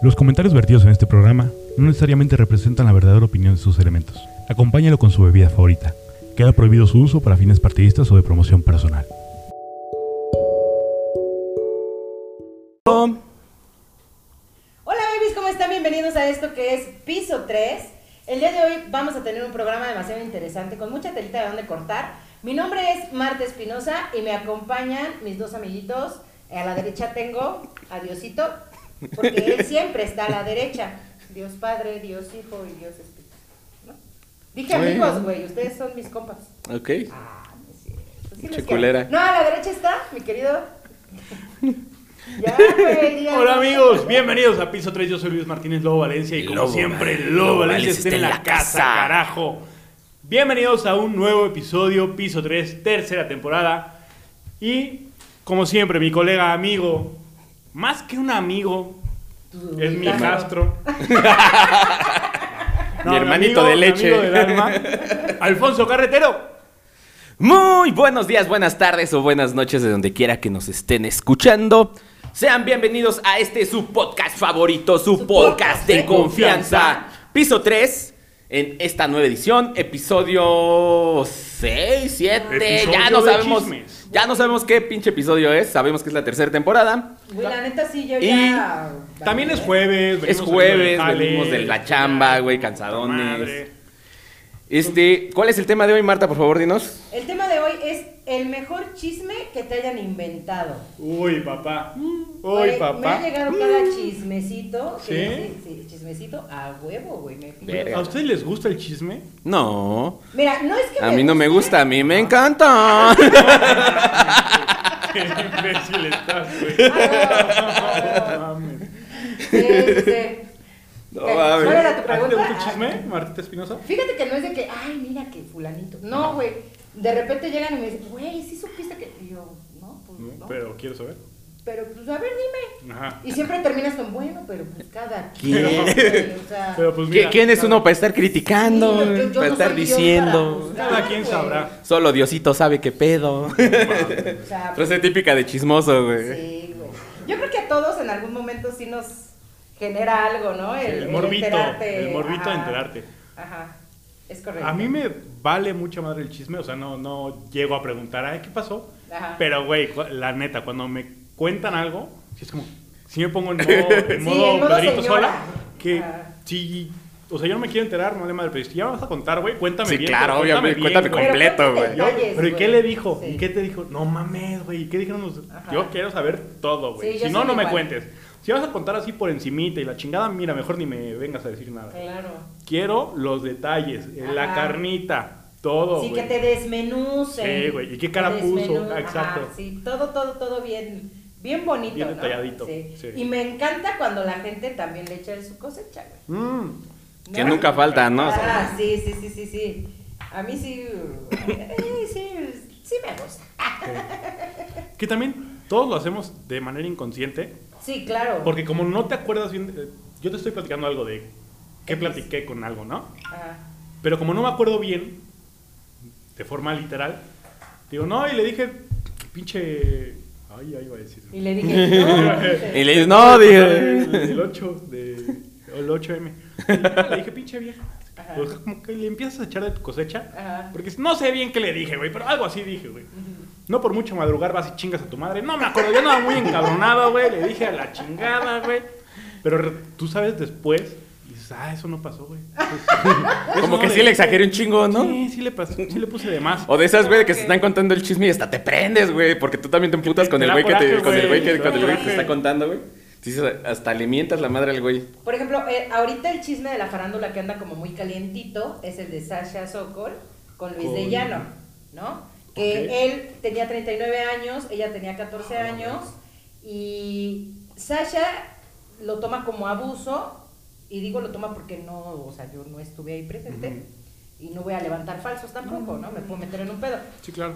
Los comentarios vertidos en este programa no necesariamente representan la verdadera opinión de sus elementos. Acompáñalo con su bebida favorita. Queda prohibido su uso para fines partidistas o de promoción personal. Hola babies, ¿cómo están? Bienvenidos a esto que es Piso 3. El día de hoy vamos a tener un programa demasiado interesante con mucha telita de dónde cortar. Mi nombre es Marta Espinosa y me acompañan mis dos amiguitos. Eh, A la derecha tengo a Diosito, porque él siempre está a la derecha. Dios Padre, Dios Hijo y Dios Espíritu. ¿no? Dije Bueno. amigos, güey, ustedes son mis compas. Ok. Ah, no es cierto. Sí los Chiculera. quiero. No, a la derecha está, mi querido. Ya, güey, ya. Hola amigos, bienvenidos a Piso 3, yo soy Luis Martínez Lobo Valencia y como Lobo, siempre man. Lobo, Lobo Valencia está en la, casa, carajo. Bienvenidos a un nuevo episodio, Piso 3, tercera temporada. Y como siempre, mi colega amigo, más que un amigo, Tu es mi guitarra. hijastro. No, Mi hermanito de mi leche. amigo del alma, Alfonso Carretero. Muy buenos días, buenas tardes o buenas noches de donde quiera que nos estén escuchando. Sean bienvenidos a este su podcast favorito, su, podcast, de confianza. Piso 3, en esta nueva edición, episodio 6, 7, Episodio ya no de sabemos. chismes. Ya no sabemos qué pinche episodio es, sabemos que es la tercera temporada. Güey, la neta sí, yo Y ya. ¿eh? También es jueves. Es venimos jueves, saliendo del jale. venimos de la chamba, güey, cansadones. Madre. Este, ¿cuál es el tema de hoy, Marta? Por favor, dinos. El tema de hoy es el mejor chisme que te hayan inventado. Uy, papá. Uy, Güey, Me papá. ha llegado cada chismecito. que- ¿Sí? sí, chismecito a huevo, güey. me fijo. Verga. ¿A ustedes les gusta el chisme? No. Mira, no es que. A mí no me guste, gusta, a mí me encanta. Qué imbécil estás, güey. Ah, No mames. Sí, sí, sí. No Ok, mames. ¿Cuál era tu ¿A ti te pregunta? gusta el chisme, Martita Espinosa? Fíjate que no es de que, ay, mira que fulanito. No, güey. De repente llegan y me dicen, güey, sí supiste que. Y yo, no, pues no. Pero, Pero quiero saber. pues a ver, dime. Ajá. Y siempre terminas con, bueno, pero pues cada ¿Quién? quien, güey, o sea, Pero pues ¿Qui- mira. ¿Quién es cada- uno para estar criticando? sí, yo- yo no para estar soy Dios para diciendo. juzgar, Cada quien güey. sabrá. Solo Diosito sabe qué pedo. O sea, Frase típica de chismoso, güey. Sí, güey. Yo creo que a todos en algún momento sí nos genera algo, ¿no? El morbito, el morbito de ajá. enterarte. Ajá. Es correcto. A mí me vale mucha madre el chisme, o sea, no, no llego a preguntar, ay, ¿qué pasó? Ajá. Pero, güey, cu- la neta, cuando me cuentan algo, sí es como, si me pongo en modo, en Sí, modo en modo Pedrito señora. sola, que Ajá. sí, o sea, yo no me quiero enterar, no le madre, pero si ya me vas a contar, güey, cuéntame Sí, bien. claro, pero obvio, güey, cuéntame güey. completo, cuéntate güey. Yo, detalles, pero ¿y qué güey. le dijo? Sí. ¿Y qué te dijo? No mames, güey. ¿Y qué dijeron los- Ajá. Yo quiero saber todo, güey. Sí, yo si no, soy no me igual. cuentes. Si vas a contar así por encimita y la chingada, mira, mejor ni me vengas a decir nada. Claro. Quiero los detalles, eh, la Ajá. carnita, todo, sí, Oh, güey. que te desmenucen. Sí, güey, ¿y qué cara Te puso? desmenuzan, Ah, exacto. ajá, sí, todo, todo, todo bien, bien bonito, Bien ¿no? detalladito, Sí. sí. Y me encanta cuando la gente también le echa de su cosecha, güey. Mm, Que ¿No? nunca falta, ¿no? O sea, Ah, sí, sí, sí, sí, sí. A mí sí, eh, sí, sí me gusta. Que también todos lo hacemos de manera inconsciente, Sí, claro. porque como no te acuerdas bien, eh, yo te estoy platicando algo de qué platiqué con algo, ¿no? Ajá. Pero como no me acuerdo bien, de forma literal, digo, no, y le dije, pinche... Ay, ahí va a decir. Y le dije, no, Y dice, le dices, no, El, Ah, dije. el 8 de... El 8M. Y Le dije, pinche vieja. Ajá. O sea, como que le empiezas a echar de tu cosecha. Ajá. Porque no sé bien qué le dije, güey, pero algo así dije, güey. No por mucho madrugar vas y chingas a tu madre. No me acuerdo, yo andaba muy encabronado, güey. Le dije a la chingada, güey. Pero re- tú sabes después, dices, ah, eso no pasó, güey. Eso Como no que sí le exageré un chingo, ¿no? Sí, sí le, pasó, sí le puse de más. O de esas, güey, de que Ok. se están contando el chisme y hasta te prendes, güey, porque tú también te emputas te- con te el da güey que te, coraje, con el güey que, güey, con el güey que coraje. te está contando, güey. Sí, hasta le mientas la madre al güey. Por ejemplo, eh, ahorita el chisme de la farándula que anda como muy calientito es el de Sasha Sokol con Luis Con- de Llano, ¿no? Que Ok. Ah, él tenía 39 años, ella tenía 14 años y Sasha lo toma como abuso y digo lo toma porque no, o sea, yo no estuve ahí presente y no voy a levantar falsos tampoco, ¿no? Me puedo meter en un pedo. Sí, claro.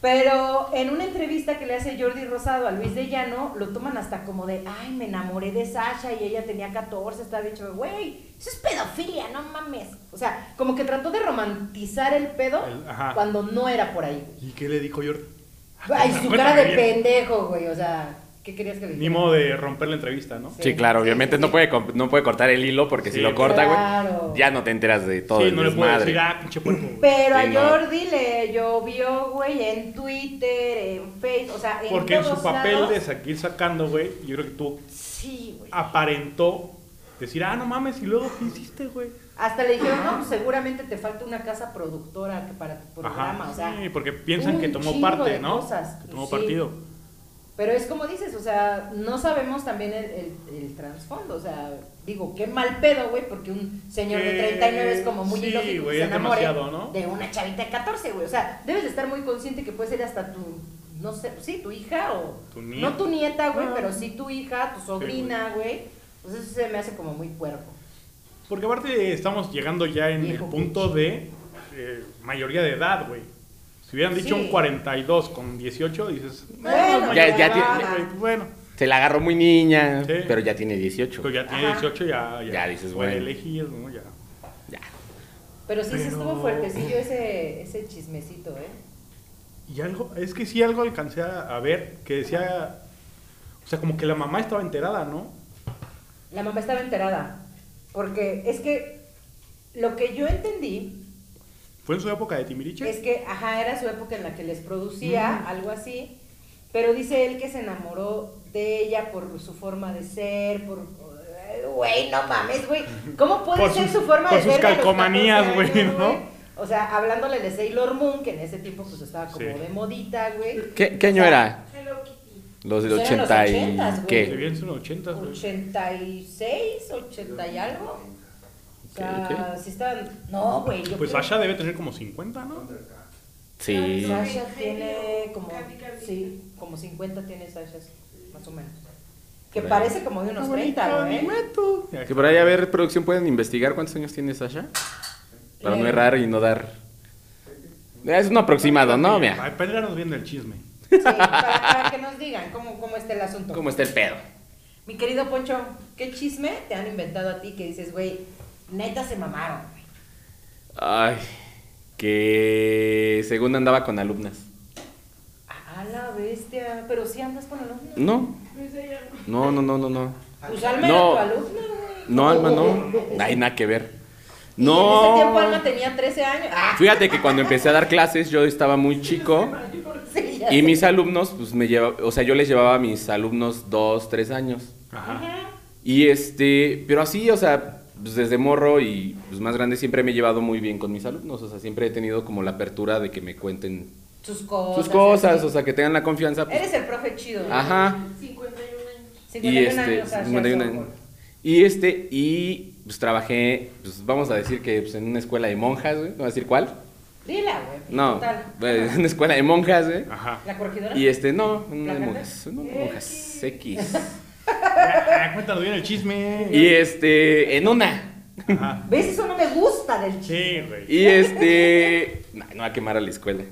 Pero en una entrevista que le hace Jordi Rosado a Luis de Llano, lo toman hasta como de, ay, me enamoré de Sasha y ella tenía 14, estaba dicho, güey, eso es pedofilia, no mames. O sea, como que trató de romantizar el pedo El- ajá. Ah, cuando no era por ahí. ¿Y qué le dijo Jordi? Ay, su Cuéntame cara de bien. pendejo, güey, o sea, ¿Qué querías que le Ni dijera? modo de romper la entrevista, ¿no? Sí. Sí, claro, obviamente no puede, com- no puede cortar el hilo porque si Sí, lo corta, güey, claro. ya no te enteras de todo sí, el no le puedo desmadre. decir, ah, pinche puerco. güey. Pero Sí, a no. Jordi le llovió, güey, en Twitter, en Facebook, o sea, en Porque en su todos papel lados. de seguir sacando, güey, yo creo que tú Sí, güey. aparentó decir, ah, no mames, y luego, ¿qué hiciste, güey? Hasta le dijeron, no, pues, seguramente te falta una casa productora que para tu programa, o sea. sí, porque piensan un que tomó chingo de parte, ¿no? cosas, Que tomó sí. partido. Pero es como dices, o sea, no sabemos también el, el- el trasfondo, o sea, digo, qué mal pedo, güey, porque un señor de Eh, 39 es como muy sí, ilógico güey, que se es enamore demasiado, ¿no? de una chavita de 14, güey, o sea, debes de estar muy consciente que puede ser hasta tu, no sé, sí, tu hija o... Tu no tu nieta, güey, Ah. pero sí tu hija, tu sobrina, güey, pues eso se me hace como muy puerco. Porque aparte estamos llegando ya en el Viejo punto de eh, mayoría de edad, güey. Si hubieran dicho Sí. un 42 con 18, dices, no, Bueno, es ya- mayoría ya de tiene- edad, güey, bueno. Se la agarró muy niña, Sí. pero ya tiene 18. Pero Pues ya tiene Ajá. 18, ya, ya, Ya dices, bueno. puede elegir, ¿no? Ya. Ya. Pero sí, sí Pero- estuvo fuertecillo ese, ese chismecito, ¿eh? Y algo, es que sí algo alcancé a a ver que decía, o sea, como que la mamá estaba enterada, ¿no? La mamá estaba enterada. Porque es que lo que yo entendí ¿Fue en su época de Timbiriche? es que, ajá, era su época en la que les producía algo así. Pero dice él que se enamoró de ella por su forma de ser, por. eh, Güey, no mames, güey. ¿Cómo puede Por ser sus- su forma por de sus ser? de los calcomanías, 14 años, güey, ¿no? O sea, hablándole de Sailor Moon, que en ese tiempo pues estaba como Sí. de modita, güey. ¿Qué, qué año O sea, era? Hello Kitty. Los del pues eran los 80 ochentas, y... güey. Se vio ¿Qué? en sus 80, güey. 86, 80 y algo. O Ok, sea, si estaban. No, güey. yo Pues creo- Sasha debe tener como 50, ¿no? Sí. Sasha tiene como. Casi, casi. Sí, como 50 tiene Sasha, más o menos. Que Por ahí. parece como ¿eh? de unos 30, Abuelito, güey. mi güeto. Que por ahí, a ver, producción, ¿pueden investigar cuántos años tiene Sasha? Para no Eh. errar y no dar... Es un aproximado, ¿no? Mira, Ay, para entrarnos bien del chisme. Sí, para, para que nos digan cómo, cómo está el asunto. cómo está el pedo. Mi querido Poncho, ¿qué chisme te han inventado a ti que dices, güey, neta se mamaron, güey? Ay, que según andaba con alumnas. A la bestia. Pero si andas con alumna. No, Pues ella no. no, no, no, no, no. Pues Alma No. era tu alumna, güey. No, Alma, no. Hay nada que ver. Y en ese tiempo No. Alma tenía 13 años. ¡Ah! Fíjate que cuando empecé a dar clases yo estaba muy chico Sí, ya y sé. mis alumnos, pues me lleva, o sea, yo les llevaba a mis alumnos dos, tres años. Ajá. Y este, pero así, o sea, pues desde morro y pues más grande siempre me he llevado muy bien con mis alumnos, o sea, siempre he tenido como la apertura de que me cuenten Sus cosas. sus cosas, así. o sea, que tengan la confianza. pues, Eres el profe chido. güey. Ajá. este, 51 años. 51 años, o sea, 51 ya son- años. Y este, y pues trabajé, pues vamos a decir que pues, en una escuela de monjas, güey, no voy a decir cuál. Dila, güey. No, Total. pues, en una escuela de monjas, güey. Ajá. ¿La corregidora? Y este, no, en una de ¿Placa? monjas, en una de monjas, X. Ah, Ya, cuéntanos Ah, bien el chisme. Y este, en una. Ajá. ¿Ves? Eso no me gusta del chido. Sí, güey. Y este, no, no va a quemar a la escuela.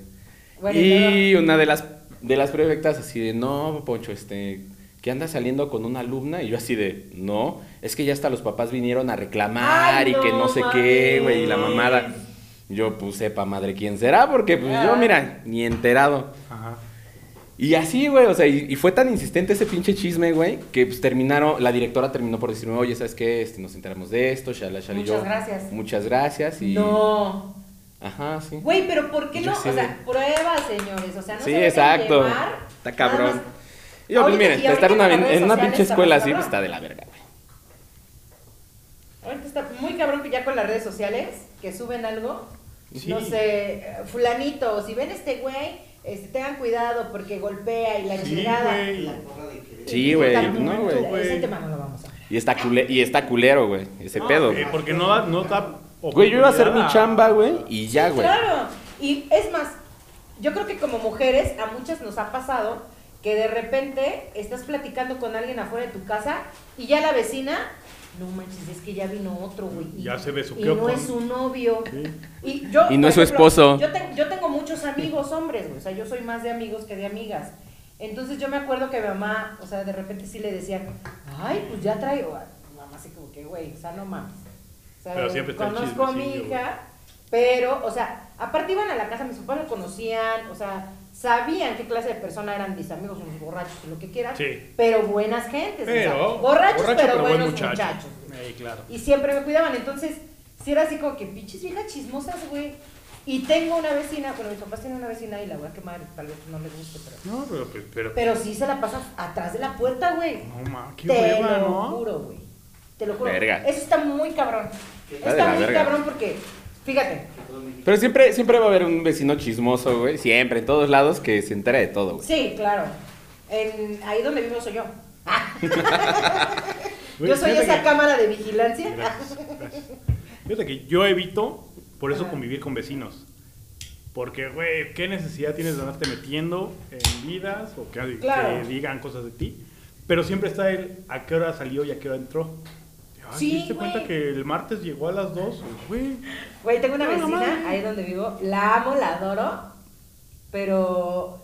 Bueno, y una de las, de las prefectas así de, no, Poncho, este, que anda saliendo con una alumna. Y yo así de, no, es que ya hasta los papás vinieron a reclamar Ay, y que no no sé qué, mames. güey, y la mamada. Yo, pues, sepa madre quién será, porque pues Ah. yo, mira, ni enterado. Ajá. Y así, güey, o sea, y, y fue tan insistente ese pinche chisme, güey, que pues terminaron, la directora terminó por decirme, oye, ¿sabes qué? Este, nos enteramos de esto, shala, shala, y Muchas yo, gracias. Muchas gracias. Y, No. Ajá, sí. Güey, pero ¿por qué Yo no? sé, O sea, prueba, señores. O sea, no sí, se dejen exacto. llevar. Está cabrón. Nada más- Y yo, pues Ahorita- miren, y ahorita estar una- con las en, redes una sociales pinche está escuela más así, pues, cabrón. está de la verga, güey. Ahorita está muy cabrón que ya con las redes sociales que suben algo. Sí. No sé, eh, fulanito, o si ven este güey, este, tengan cuidado porque golpea y Pues la Sí, chingada. güey. Sí, güey, Total, no, güey. Ese güey. tema no lo vamos a ver. Y está, cule- y está culero, güey, ese No, pedo. güey, güey. eh, Porque no da, no da Güey, yo iba a hacer mi oportunidad chamba, güey, y ya, Sí, güey. Claro. Y es más, yo creo que como mujeres, a muchas nos ha pasado que de repente estás platicando con alguien afuera de tu casa y ya la vecina, no manches, es que ya vino otro, güey. Y- Ya se Y besuqueó no con- es su novio. Sí. Y, yo, Y no por es ejemplo, su esposo. Yo, ten- yo tengo muchos amigos hombres, güey. O sea, yo soy más de amigos que de amigas. Entonces yo me acuerdo que mi mamá, o sea, de repente sí le decía, ay, pues ya traigo. Mamá así como que, güey, o sea, no mames. O sea, Pero siempre está el conozco a mi chismecillo, hija, pero, o sea, aparte iban a la casa, mis papás lo conocían, o sea, sabían qué clase de persona eran mis amigos, unos borrachos, lo que quieran, Sí. pero buenas gentes. o sea, Pero. borrachos, borracho, pero, buen buenos muchacho. muchachos. Ey, claro. Y siempre me cuidaban. Entonces, si era así como que pinches viejas chismosas, güey. Y tengo una vecina, bueno, mis papás tienen una vecina y la voy a quemar, tal vez no les guste, pero. No, pero. pues, pero, Pero sí se la pasa atrás de la puerta, güey. no, ma, qué Te hueva, lo ¿no? juro, güey. Te lo juro. Verga. Eso está muy cabrón. Está de Está la muy verga. cabrón porque, fíjate, Pero siempre, siempre va a haber un vecino chismoso, güey. Siempre, en todos lados, que se entera de todo, güey. sí, claro. En- ahí donde vivo soy yo. Güey, yo soy fíjate esa que- cámara de vigilancia. Gracias, gracias. Fíjate que yo evito, por eso Ajá. convivir con vecinos. Porque, güey, ¿qué necesidad tienes de andarte metiendo en vidas o que, que Claro. digan cosas de ti? Pero siempre está el a qué hora salió y a qué hora entró. Ay, Sí, ¿Te diste güey. cuenta que el martes llegó a las 2? Güey, Güey, tengo una No, no mames. vecina ahí donde vivo, la amo, la adoro, pero,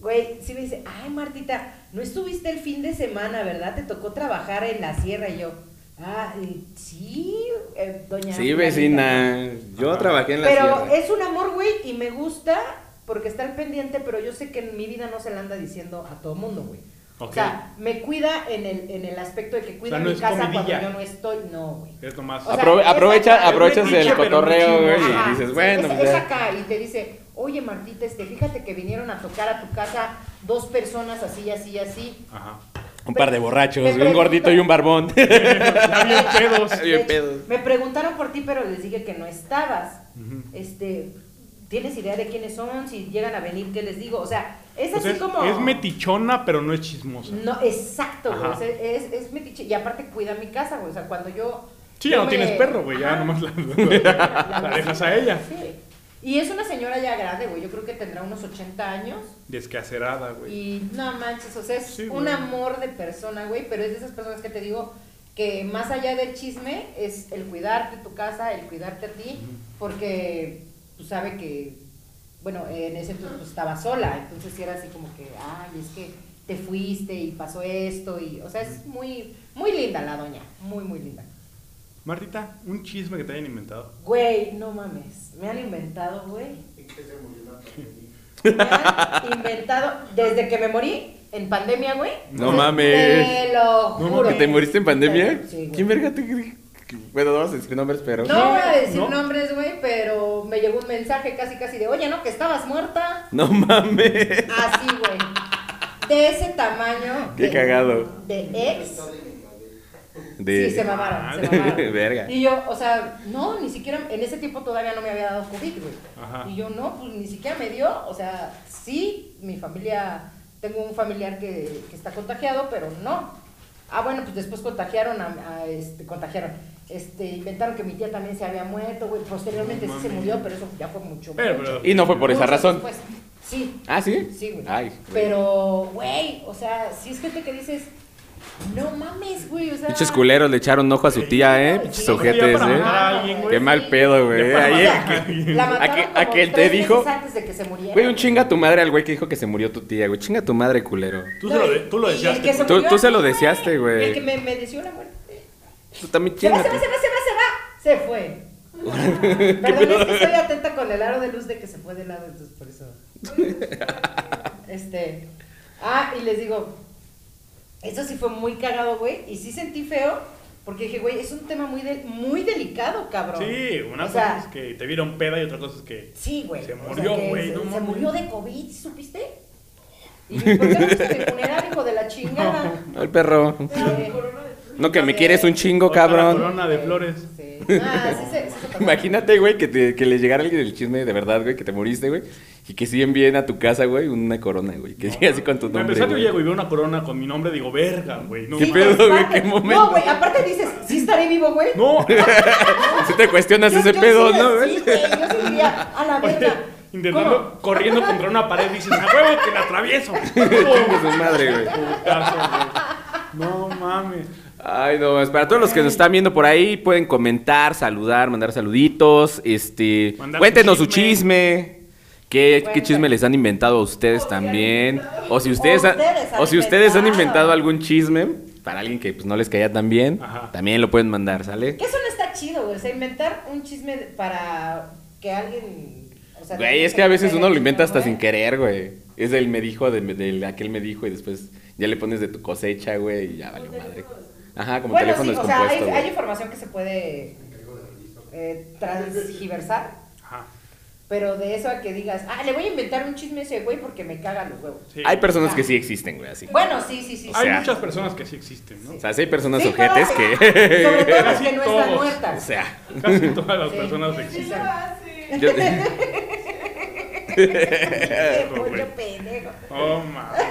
güey, sí me dice, ay Martita, no estuviste el fin de semana, ¿verdad? Te tocó trabajar en la sierra y yo. Ah, eh, sí, eh, doña. Sí, fulanita". vecina. Yo Ajá. trabajé en la Pero sierra. es un amor, güey, y me gusta porque está al pendiente, pero yo sé que en mi vida no se la anda diciendo a todo mundo, güey. O Ok. sea, me cuida en el, en el aspecto de que cuida sea, no mi es casa comidilla. cuando yo no estoy. No, güey. es nomás. o sea, Aprove- es aprovecha, acá. aprovechas Es muy el pinche, pero muy cotorreo, güey, chingón. y Ajá, dices, sí, bueno, es, pues es ya. acá y te dice, oye Martita, este, fíjate que vinieron a tocar a tu casa dos personas así, y así, y así. Ajá. Un par de borrachos, Me güey, un gordito pregunta- y un barbón. Ya bien pedos. Está De bien hecho, pedos. Me preguntaron por ti, pero les dije que no estabas. Este, ¿tienes idea de quiénes son? Si llegan a venir, ¿qué les digo? O sea, es O sea, así es, como. es metichona, pero no es chismosa. No, exacto, güey. Ajá. O sea, es, es metiche. Y aparte cuida mi casa, güey. O sea, cuando yo. Sí, ya yo no me- tienes perro, güey, ya Ajá. nomás la, La la dejas vecina, a ella. Sí. Y es una señora ya grande, güey. Yo creo que tendrá unos 80 años. Descacerada, güey. Y no manches, o sea, es Sí, un güey. amor de persona, güey. Pero es de esas personas que te digo que más allá del chisme es el cuidarte tu casa, el cuidarte a ti. Porque tú sabe que, bueno, en ese entonces pues, estaba sola. Entonces sí era así como que, ay, es que te fuiste y pasó esto. y O sea, es muy, muy linda la doña. Muy, muy linda. Martita, un chisme que te hayan inventado. Güey, no mames. Me han inventado, güey. Me han inventado desde que me morí en pandemia, güey. No mames. Te lo No juro. ¿Que ¿Te moriste en pandemia? Sí, güey. ¿Quién verga te que- que- Bueno, no vas a decir nombres, pero. No voy a decir No. nombres, güey, pero me llegó un mensaje casi casi de, oye, no, que estabas muerta. No mames. Así, güey. De ese tamaño. Qué de- cagado. De ex. De- Sí, se mamaron, se Madre. mamaron. Verga. Y yo, o sea, no, ni siquiera, en ese tiempo todavía no me había dado COVID, güey. Ajá. Y yo, no, pues ni siquiera me dio, o sea, sí, mi familia, tengo un familiar que, que está contagiado, pero no. Ah, bueno, pues después contagiaron a, a, este, contagiaron, este, inventaron que mi tía también se había muerto, güey, posteriormente No sí se mames. murió, pero eso ya fue mucho. Pero, mucho. pero- Y no fue por esa Mucho razón. después. Sí, Ah, sí. Sí, güey. Ay, güey. pero, güey, o sea, si es gente que dices, no mames, güey, o sea. Pinches culeros le echaron ojo a su tía, ¿eh? Sí, Pinches sí, Ya ojetes, para ¿eh? matar a alguien, güey. Qué mal pedo, güey. ¿eh? Ya para Ahí- matar a alguien. La mataron ¿A que- a como que él te tres meses dijo? antes de que se muriera. Güey, un chinga a tu madre al güey que dijo que se murió tu tía, güey. Chinga a tu madre, culero. Tú, se lo, de- tú lo Y el deseaste. que se güey. Tú- murió tú se a mí, lo deseaste, güey. El que me, me deseó la muerte. Tú también Se va, chinga. se va, se va, se va, se va. Se fue. Perdón, es que estoy atenta con el aro de luz de que se fue de lado, entonces por eso. Este. Ah, y les digo, eso sí fue muy cagado, güey. Y sí sentí feo, porque dije, güey, es un tema muy, de- muy delicado, cabrón. Sí, una O cosa sea, es que te vieron peda y otra cosa es que. Sí, güey. Se O sea, murió, que güey, Se, no se mames. murió de COVID, ¿supiste? ¿Y por qué no fuiste a mi funeral, hijo de la chingada? Al perro. Eh, No, que me quieres un chingo, Otra cabrón. corona de flores. Sí. Ah, sí, se- sí se pasó. Imagínate, güey, que, te- que le llegara alguien el chisme de verdad, güey, que te moriste, güey. Y que siguen bien a tu casa, güey, una corona, güey. Que llegue así con tu Para nombre. empezar, yo güey. llego y veo una corona con mi nombre, digo, verga, güey. No, ¿Qué mames. pedo, pues, güey? aparte- ¿Qué momento? No, güey, aparte dices, sí estaré vivo, güey. No, Si te cuestionas Yo- ese yo pedo, sí, ¿no? sí, güey? güey, yo sí diría, a la oye, verga. intentando, ¿Cómo? corriendo contra una pared, dices, a huevo que la atravieso. Chingue su madre, güey. Putazo, güey. No mames. Ay, no, es para todos los que nos están viendo por ahí, pueden comentar, saludar, mandar saluditos, este, Mandar cuéntenos su su chisme, qué, qué Cuéntenos. chisme les han inventado a ustedes también, o si ustedes, han- ustedes han o si ustedes han inventado inventado. algún chisme para alguien que pues no les caía tan bien, Ajá. también lo pueden mandar, ¿sale? Que eso no está chido, güey. O sea, inventar un chisme para que alguien. O sea, Güey, es que a veces uno lo inventa hasta sin querer, güey. Es del me dijo, de, del aquel me dijo, y después ya le pones de tu cosecha, güey, y ya valió madre. Ajá, como Bueno, teléfono sí, o sea, hay, descompuesto, hay güey. información que se puede eh, transgiversar, Ajá. pero de eso a que digas, ah, le voy a inventar un chisme a ese güey porque me cagan los huevos. Sí. Hay personas que sí existen, güey, así. Bueno, sí, sí, sí. sí. O Hay sea- muchas personas que sí existen, ¿no? O sea, sí hay personas Sí, pero- ojetes Sobre todo las Casi que no están todos. que... O muertas. sea, Casi todas las Sí. personas Sí existen. lo hace. yo... Mucho pendejo. Oh, mames.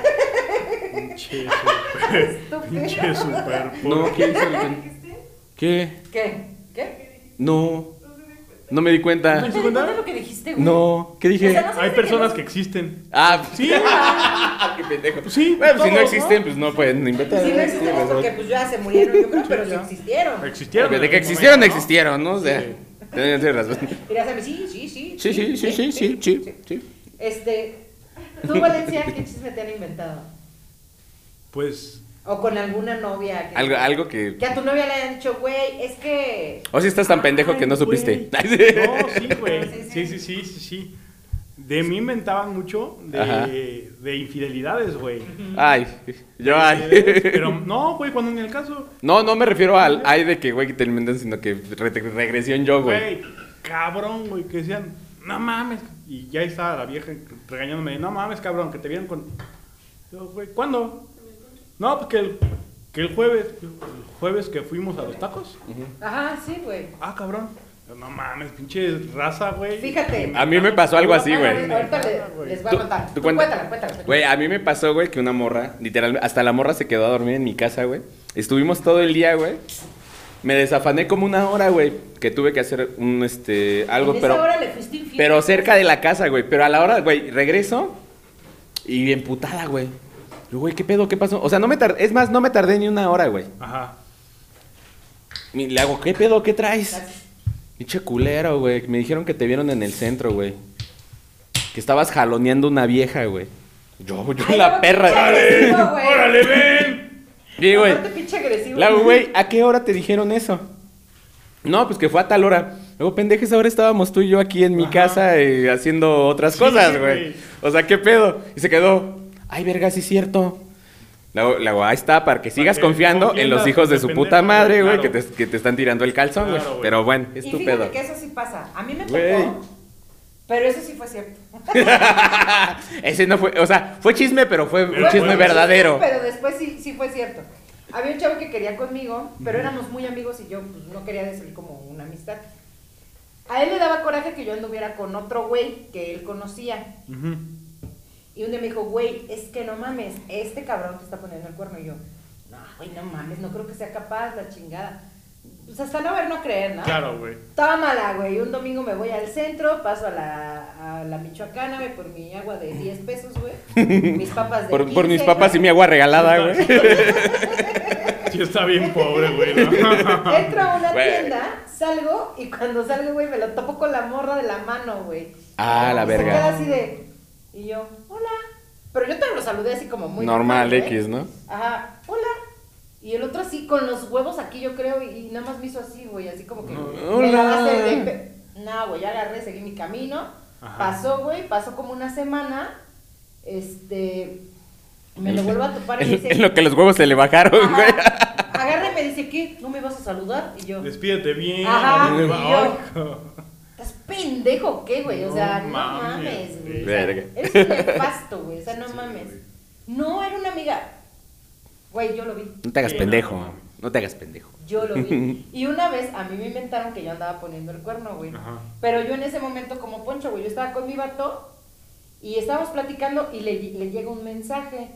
Pinche super. Pinche Estúpido. super. No, ¿quién hizo el- ¿Qué? ¿Qué? ¿Qué? No. No me di cuenta. ¿Se cuenta? ¿Cuándo lo que dijiste, güey? No. ¿Qué O dije? sea, no sé Hay si personas no- que existen. Ah, Sí, sí. Ah, güey. Qué pendejo. Pues sí, Bueno, pues si no todos, existen, pues no pueden inventar. Si no existieron porque pues ya se murieron, yo creo, pero sí ya. existieron. Existieron. de en que algún existieron, momento, ¿no? existieron, ¿no? O sea, Sí. tenían sus razones. Dirás a mí, sí, sí, sí. Sí, sí, sí, sí, sí, sí, sí. Este, tú, Valencia, ¿qué chisme te han inventado? Pues. O con alguna novia. Que, Algo, algo que. que a tu novia le hayan dicho, güey, es que... O si estás tan pendejo que no Ay, supiste. güey. No, sí, güey. Sí, Sí, sí. sí, sí, sí, sí. De mí inventaban mucho Ajá. de, de infidelidades, güey. Ay, yo Infidelidades, ay. Pero no, güey, cuando en el caso, No, no me refiero al ay de que, güey, que te inventan, sino que re- regresión yo, güey. güey, cabrón, güey, que decían, no mames. Y ya estaba la vieja regañándome, de, no mames, cabrón, que te vieron con. Yo, güey, ¿cuándo? No, pues que el, que el jueves, el jueves que fuimos a los tacos. Ajá, sí, güey. Ah, cabrón. Yo, No mames, pinche raza, güey. Fíjate. A mí me pasó algo así, güey. Bueno, ahorita le- les voy a Tú- contar. tú Tú cuenta. cuéntala, cuéntala. Güey, a mí me pasó, güey, que una morra, literal, hasta la morra se quedó a dormir en mi casa, güey. Estuvimos todo el día, güey. Me desafané como una hora, güey, que tuve que hacer un, este, algo, En esa pero... hora le fuiste infiel. Pero cerca de la casa, güey. Pero a la hora, güey, regreso y emputada, güey. Yo, güey, ¿qué pedo? ¿Qué pasó? O sea, no me tardé, es más, no me tardé ni una hora, güey. Ajá. Y Le hago, ¿qué pedo? ¿Qué traes? Pinche culero, güey. Me dijeron que te vieron en el centro, güey. Que estabas jaloneando una vieja, güey. Yo, yo, Ay, luego la perra. pinche agresivo, güey. ¡Órale, ven! Sí, güey. Aparte, pinche agresivo. Le hago, güey, ¿a qué hora te dijeron eso? No, pues que fue a tal hora. Luego, pendejes, ahora estábamos tú y yo aquí en mi Ajá. casa eh, haciendo otras Sí, cosas, güey. güey. O sea, ¿qué pedo? Y se quedó, ay, verga, sí es cierto. Le hago, le hago, ahí está, para que sigas que confiando en los confiendas, hijos de de su pendejo, puta madre, güey, claro. que, te, que te están tirando el calzón, güey. Claro, güey. Pero bueno, Y es tu fíjate pedo. que eso sí pasa. A mí me tocó. Güey. Pero eso sí fue cierto. Ah, Ese no fue, o sea, fue chisme, pero fue Pero un fue chisme un chisme, verdadero. Pero después sí, sí fue cierto. Había un chavo que quería conmigo, pero éramos muy amigos y yo pues, no quería decir como una amistad. A él le daba coraje que yo anduviera con otro güey que él conocía. Ujú. Y un día me dijo, güey, es que no mames, este cabrón te está poniendo el cuerno. Y yo, no, güey, no mames, no creo que sea capaz, la chingada. Pues hasta no ver, no creer, ¿no? Claro, güey. Tómala, güey. Un domingo me voy al centro, paso a la, a la Michoacana, güey, por mi agua de 10 pesos, güey. Mis papas de Por, por mis 15, papas y güey. mi agua regalada, güey. Sí está bien pobre, güey. ¿no? Entro a una Güey. tienda, salgo y cuando salgo, güey, me lo topo con la morra de la mano, güey. Ah, la Y se queda verga. así de. Y yo, hola. Pero yo te lo saludé así como muy. Normal güey. X, ¿no? Ajá, hola. Y el otro así, con los huevos aquí, yo creo, y, y nada más me hizo así, güey, así como que. No, me la va a hola. hacer de pe- No, güey, ya agarré, seguí mi camino. Ajá. Pasó, güey, pasó como una semana. Este. Me lo En- vuelvo a topar y me En, dice. en lo que los huevos se le bajaron, güey. Ajá. Agarra y me dice, ¿qué? ¿No me vas a saludar? Y yo, Despídete bien. Ajá, ¿a dónde va? y yo- Ay, co- ¿estás pendejo o qué, güey? O sea, no, No mames, mames, güey. O sea, verga. eres un nefasto, güey. O sea, no Sí, mames. güey. No, era una amiga. Güey, yo lo vi. No te hagas Sí, pendejo. no. No te hagas pendejo. Yo lo vi. Y una vez a mí me inventaron que yo andaba poniendo el cuerno, güey. Ajá. Pero yo en ese momento, como poncho, güey, yo estaba con mi vato y estábamos platicando y le, le llega un mensaje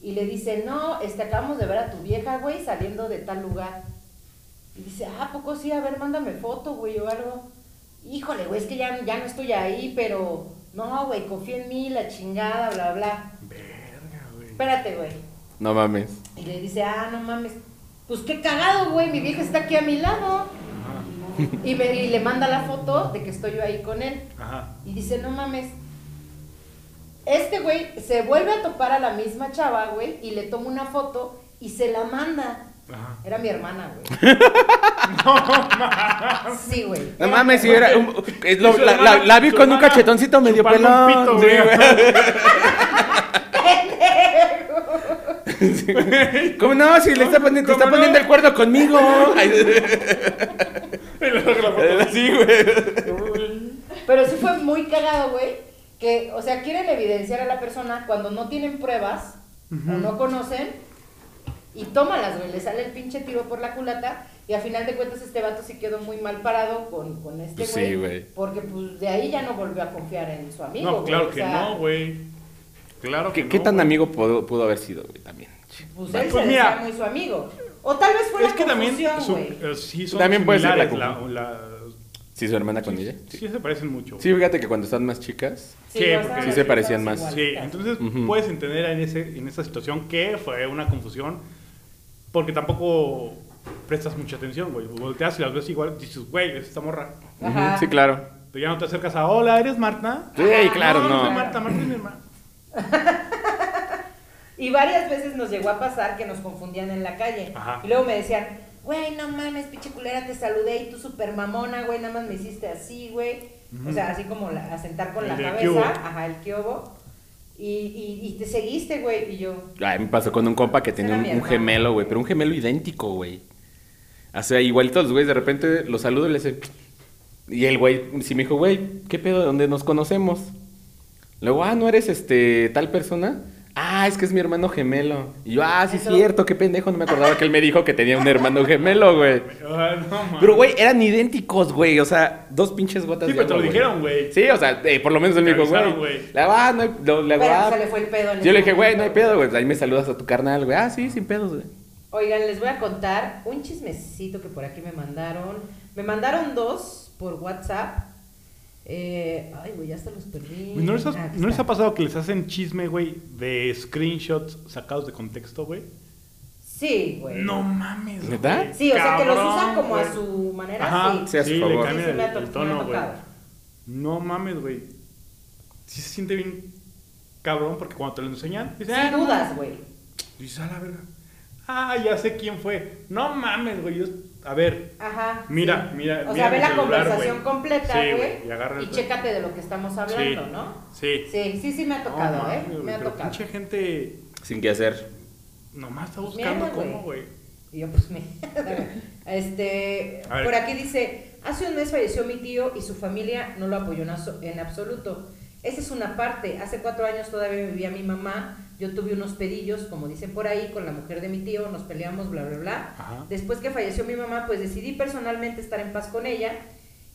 y le dice, no, este, acabamos de ver a tu vieja, güey, saliendo de tal lugar. Y dice, ah, ¿a poco sí? A ver, mándame foto, güey, o algo. Híjole, güey, es que ya, ya no estoy ahí, pero no, güey, confía en mí, la chingada, bla, bla. Verga, güey. Espérate, güey. No mames. Y le dice, ah, no mames, pues qué cagado, güey, mi vieja está aquí a mi lado. Ajá. Y, me- y le manda la foto de que estoy yo ahí con él. Ajá. Y dice, no mames. Este güey se vuelve a topar a la misma chava, güey, y le toma una foto y se la manda. Ajá. Era mi hermana, güey. Sí, güey. No Era- mames, si era. un- es lo- Y su la, hermana- la- la vi su con un hermana cachetoncito medio chupando un pelón. pito, sí, güey. güey. ¿Cómo no? Si le está poniendo, te está ¿Cómo no? poniendo el cuerno conmigo. Ay, Y le saca la foto. Sí, güey. Pero sí fue muy cagado, güey, que, o sea, quieren evidenciar a la persona cuando no tienen pruebas o no conocen y tómalas, güey, le sale el pinche tiro por la culata y al final de cuentas este vato sí quedó muy mal parado con, con este Pues güey. sí, güey. Porque pues de ahí ya no volvió a confiar en su amigo. güey, No, claro o que sea, no, güey. Claro que ¿Qué, no. qué tan güey. amigo pudo, pudo haber sido, güey? También. Pues él Pues se mira. decía muy su amigo. O tal vez fue Es la que también confusión, su- güey. eh, sí son También puede ser la similares la, la- ¿Sí, su hermana con ella? sí, sí se parecen mucho. güey. Sí, fíjate que cuando están más chicas. sí, o sea, porque- las Sí se parecían chicas más. Sí, igualitas. entonces Ujú. puedes entender en, ese, en esa situación que fue una confusión porque tampoco prestas mucha atención, güey. Volteas y las ves igual, dices, güey, es esta morra. Ajá. Ujú, Sí, claro. Tú ya no te acercas a, hola, ¿eres Marta? Sí, claro, no soy Ah, no. Marta, Marta es mi hermana. Y varias veces nos llegó a pasar que nos confundían en la calle. Ajá. Y luego me decían, güey, no mames, pinche culera, te saludé y tú super mamona, güey, nada más me hiciste así, güey. O sea, así como la- a sentar con El la del cabeza, kiobo. ajá, el kiobo. Y, y, y te seguiste, güey, y yo. Ay, me pasó con un compa que tenía Era un, mi un hermano. gemelo, güey, pero un gemelo idéntico, güey. O sea, igualito los güeyes, de repente los saludo y le dice. Y el güey sí me dijo, güey, ¿qué pedo? ¿Dónde nos conocemos? Luego, ah, ¿no eres este tal persona? Ah, es que es mi hermano gemelo. Y yo, ah, sí es Eso. cierto, qué pendejo, no me acordaba que él me dijo que tenía un hermano gemelo, güey. Ah, no, mames. Pero, güey, eran idénticos, güey. O sea, dos pinches gotas Sí, de pero te agua, lo dijeron, güey. Sí, o sea, eh, por lo menos él me Te dijo, güey. avisaron, güey. Le digo, ah, no hay, lo- le digo, Bueno, ah, se le fue el pedo. en yo ese le dije, güey, no hay momento. pedo, güey. Ahí me saludas a tu carnal, güey. Ah, sí, sin pedos, güey. Oigan, les voy a contar un chismecito que por aquí me mandaron. Me mandaron dos por WhatsApp. Eh, ay, güey, ya hasta los perdí. Güey, ¿No les, has- Ah, aquí ¿No les está. ha pasado que les hacen chisme, güey, de screenshots sacados de contexto, güey? Sí, güey. No mames, güey. ¿Verdad? Pues Sí, o sea, que los Cabrón, usan como a güey. su manera. Ajá, sí. sí, a su sí, le favor. cambian Sí, sí, el, me ha to- el me ha tono, güey. tocado. No mames, güey. Sí se siente bien cabrón porque cuando te lo enseñan, dices, Sin ah, no dudas, güey. mames. Dices, a la verga. Ah, ya sé quién fue. No mames, güey. yo- A ver, Ajá. Mira, sí. mira, O mira sea, ve mi la celular, conversación güey. completa, Sí, güey. güey, y agarra y, el- chécate de lo que estamos hablando, Sí, ¿no? sí. Sí, sí, sí me ha no tocado, mames, ¿eh? güey, Me ha pero tocado. Mucha gente Sin qué hacer. nomás está Pues buscando mierda, cómo, güey. güey. Y yo, pues, me... este, A ver. por aquí dice, hace un mes falleció mi tío y su familia no lo apoyó en aso- en absoluto. Esa es una parte. Hace cuatro años todavía vivía mi mamá. Yo tuve unos pedillos, como dicen por ahí, con la mujer de mi tío, nos peleamos, bla, bla, bla. Ajá. Después que falleció mi mamá, pues decidí personalmente estar en paz con ella.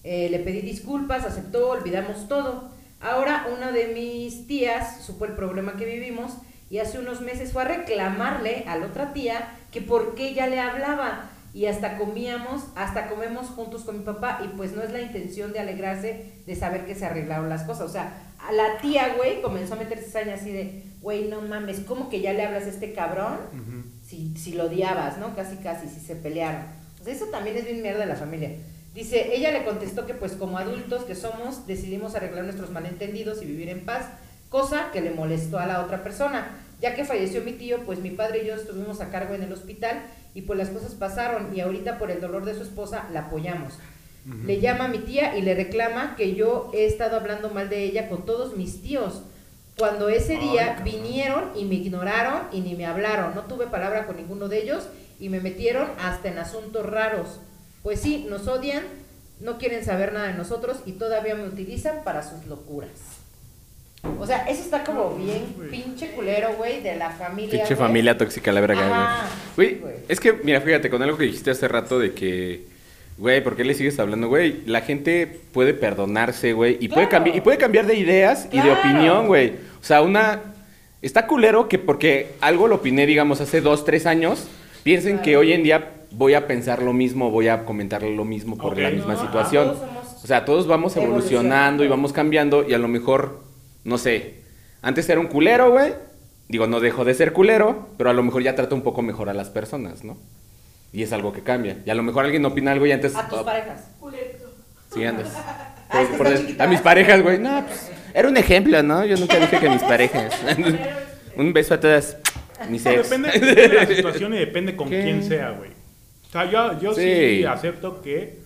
Eh, le pedí disculpas, aceptó, olvidamos todo. Ahora una de mis tías supo el problema que vivimos y hace unos meses fue a reclamarle a la otra tía que por qué ya le hablaba y hasta comíamos, hasta comemos juntos con mi papá y pues no es la intención de alegrarse de saber que se arreglaron las cosas. O sea, a la tía, güey, comenzó a meterse saña así de, güey, no mames, ¿cómo que ya le hablas a este cabrón? Ujú. si, si lo odiabas, ¿no? Casi, casi, si se pelearon. O sea, eso también es bien mierda de la familia. Dice, ella le contestó que pues como adultos que somos, decidimos arreglar nuestros malentendidos y vivir en paz, cosa que le molestó a la otra persona. Ya que falleció mi tío, pues mi padre y yo estuvimos a cargo en el hospital y pues las cosas pasaron y ahorita por el dolor de su esposa la apoyamos. Le llama a mi tía y le reclama que yo he estado hablando mal de ella con todos mis tíos. Cuando ese Ay, día cabrón. vinieron y me ignoraron y ni me hablaron, no tuve palabra con ninguno de ellos y me metieron hasta en asuntos raros. Pues sí, nos odian, no quieren saber nada de nosotros y todavía me utilizan para sus locuras. O sea, eso está como bien güey. pinche culero, güey, de la familia. Pinche güey. familia tóxica, la verga, Ajá, güey. sí, Güey, güey. es que, mira, fíjate, con algo que dijiste hace rato de que, güey, ¿por qué le sigues hablando, güey? La gente puede perdonarse, güey, y, puede Claro. cambi- y puede cambiar de ideas y de Claro. opinión, güey. O sea, una. Está culero que porque algo lo opiné, digamos, hace dos, tres años, piensen Claro. que hoy en día voy a pensar lo mismo, voy a comentar lo mismo por Ok. la misma No, situación. todos somos- O sea, todos vamos evolucionando Evolucionando. y vamos cambiando y a lo mejor, no sé, antes era un culero, güey. Digo, no dejó de ser culero, pero a lo mejor ya trata un poco mejor a las personas, ¿no? Y es algo que cambia. Y a lo mejor alguien opina algo y antes... Oh, A tus parejas. Culeto. Sí, antes. Ah, es que están chiquitas. a mis parejas, güey. No, pues, era un ejemplo, ¿no? Yo nunca dije que mis parejas. Un beso a todas. Mis ex. Depende, depende de la situación y depende con ¿Qué? quién sea, güey. O sea, yo, yo sí. Sí. acepto que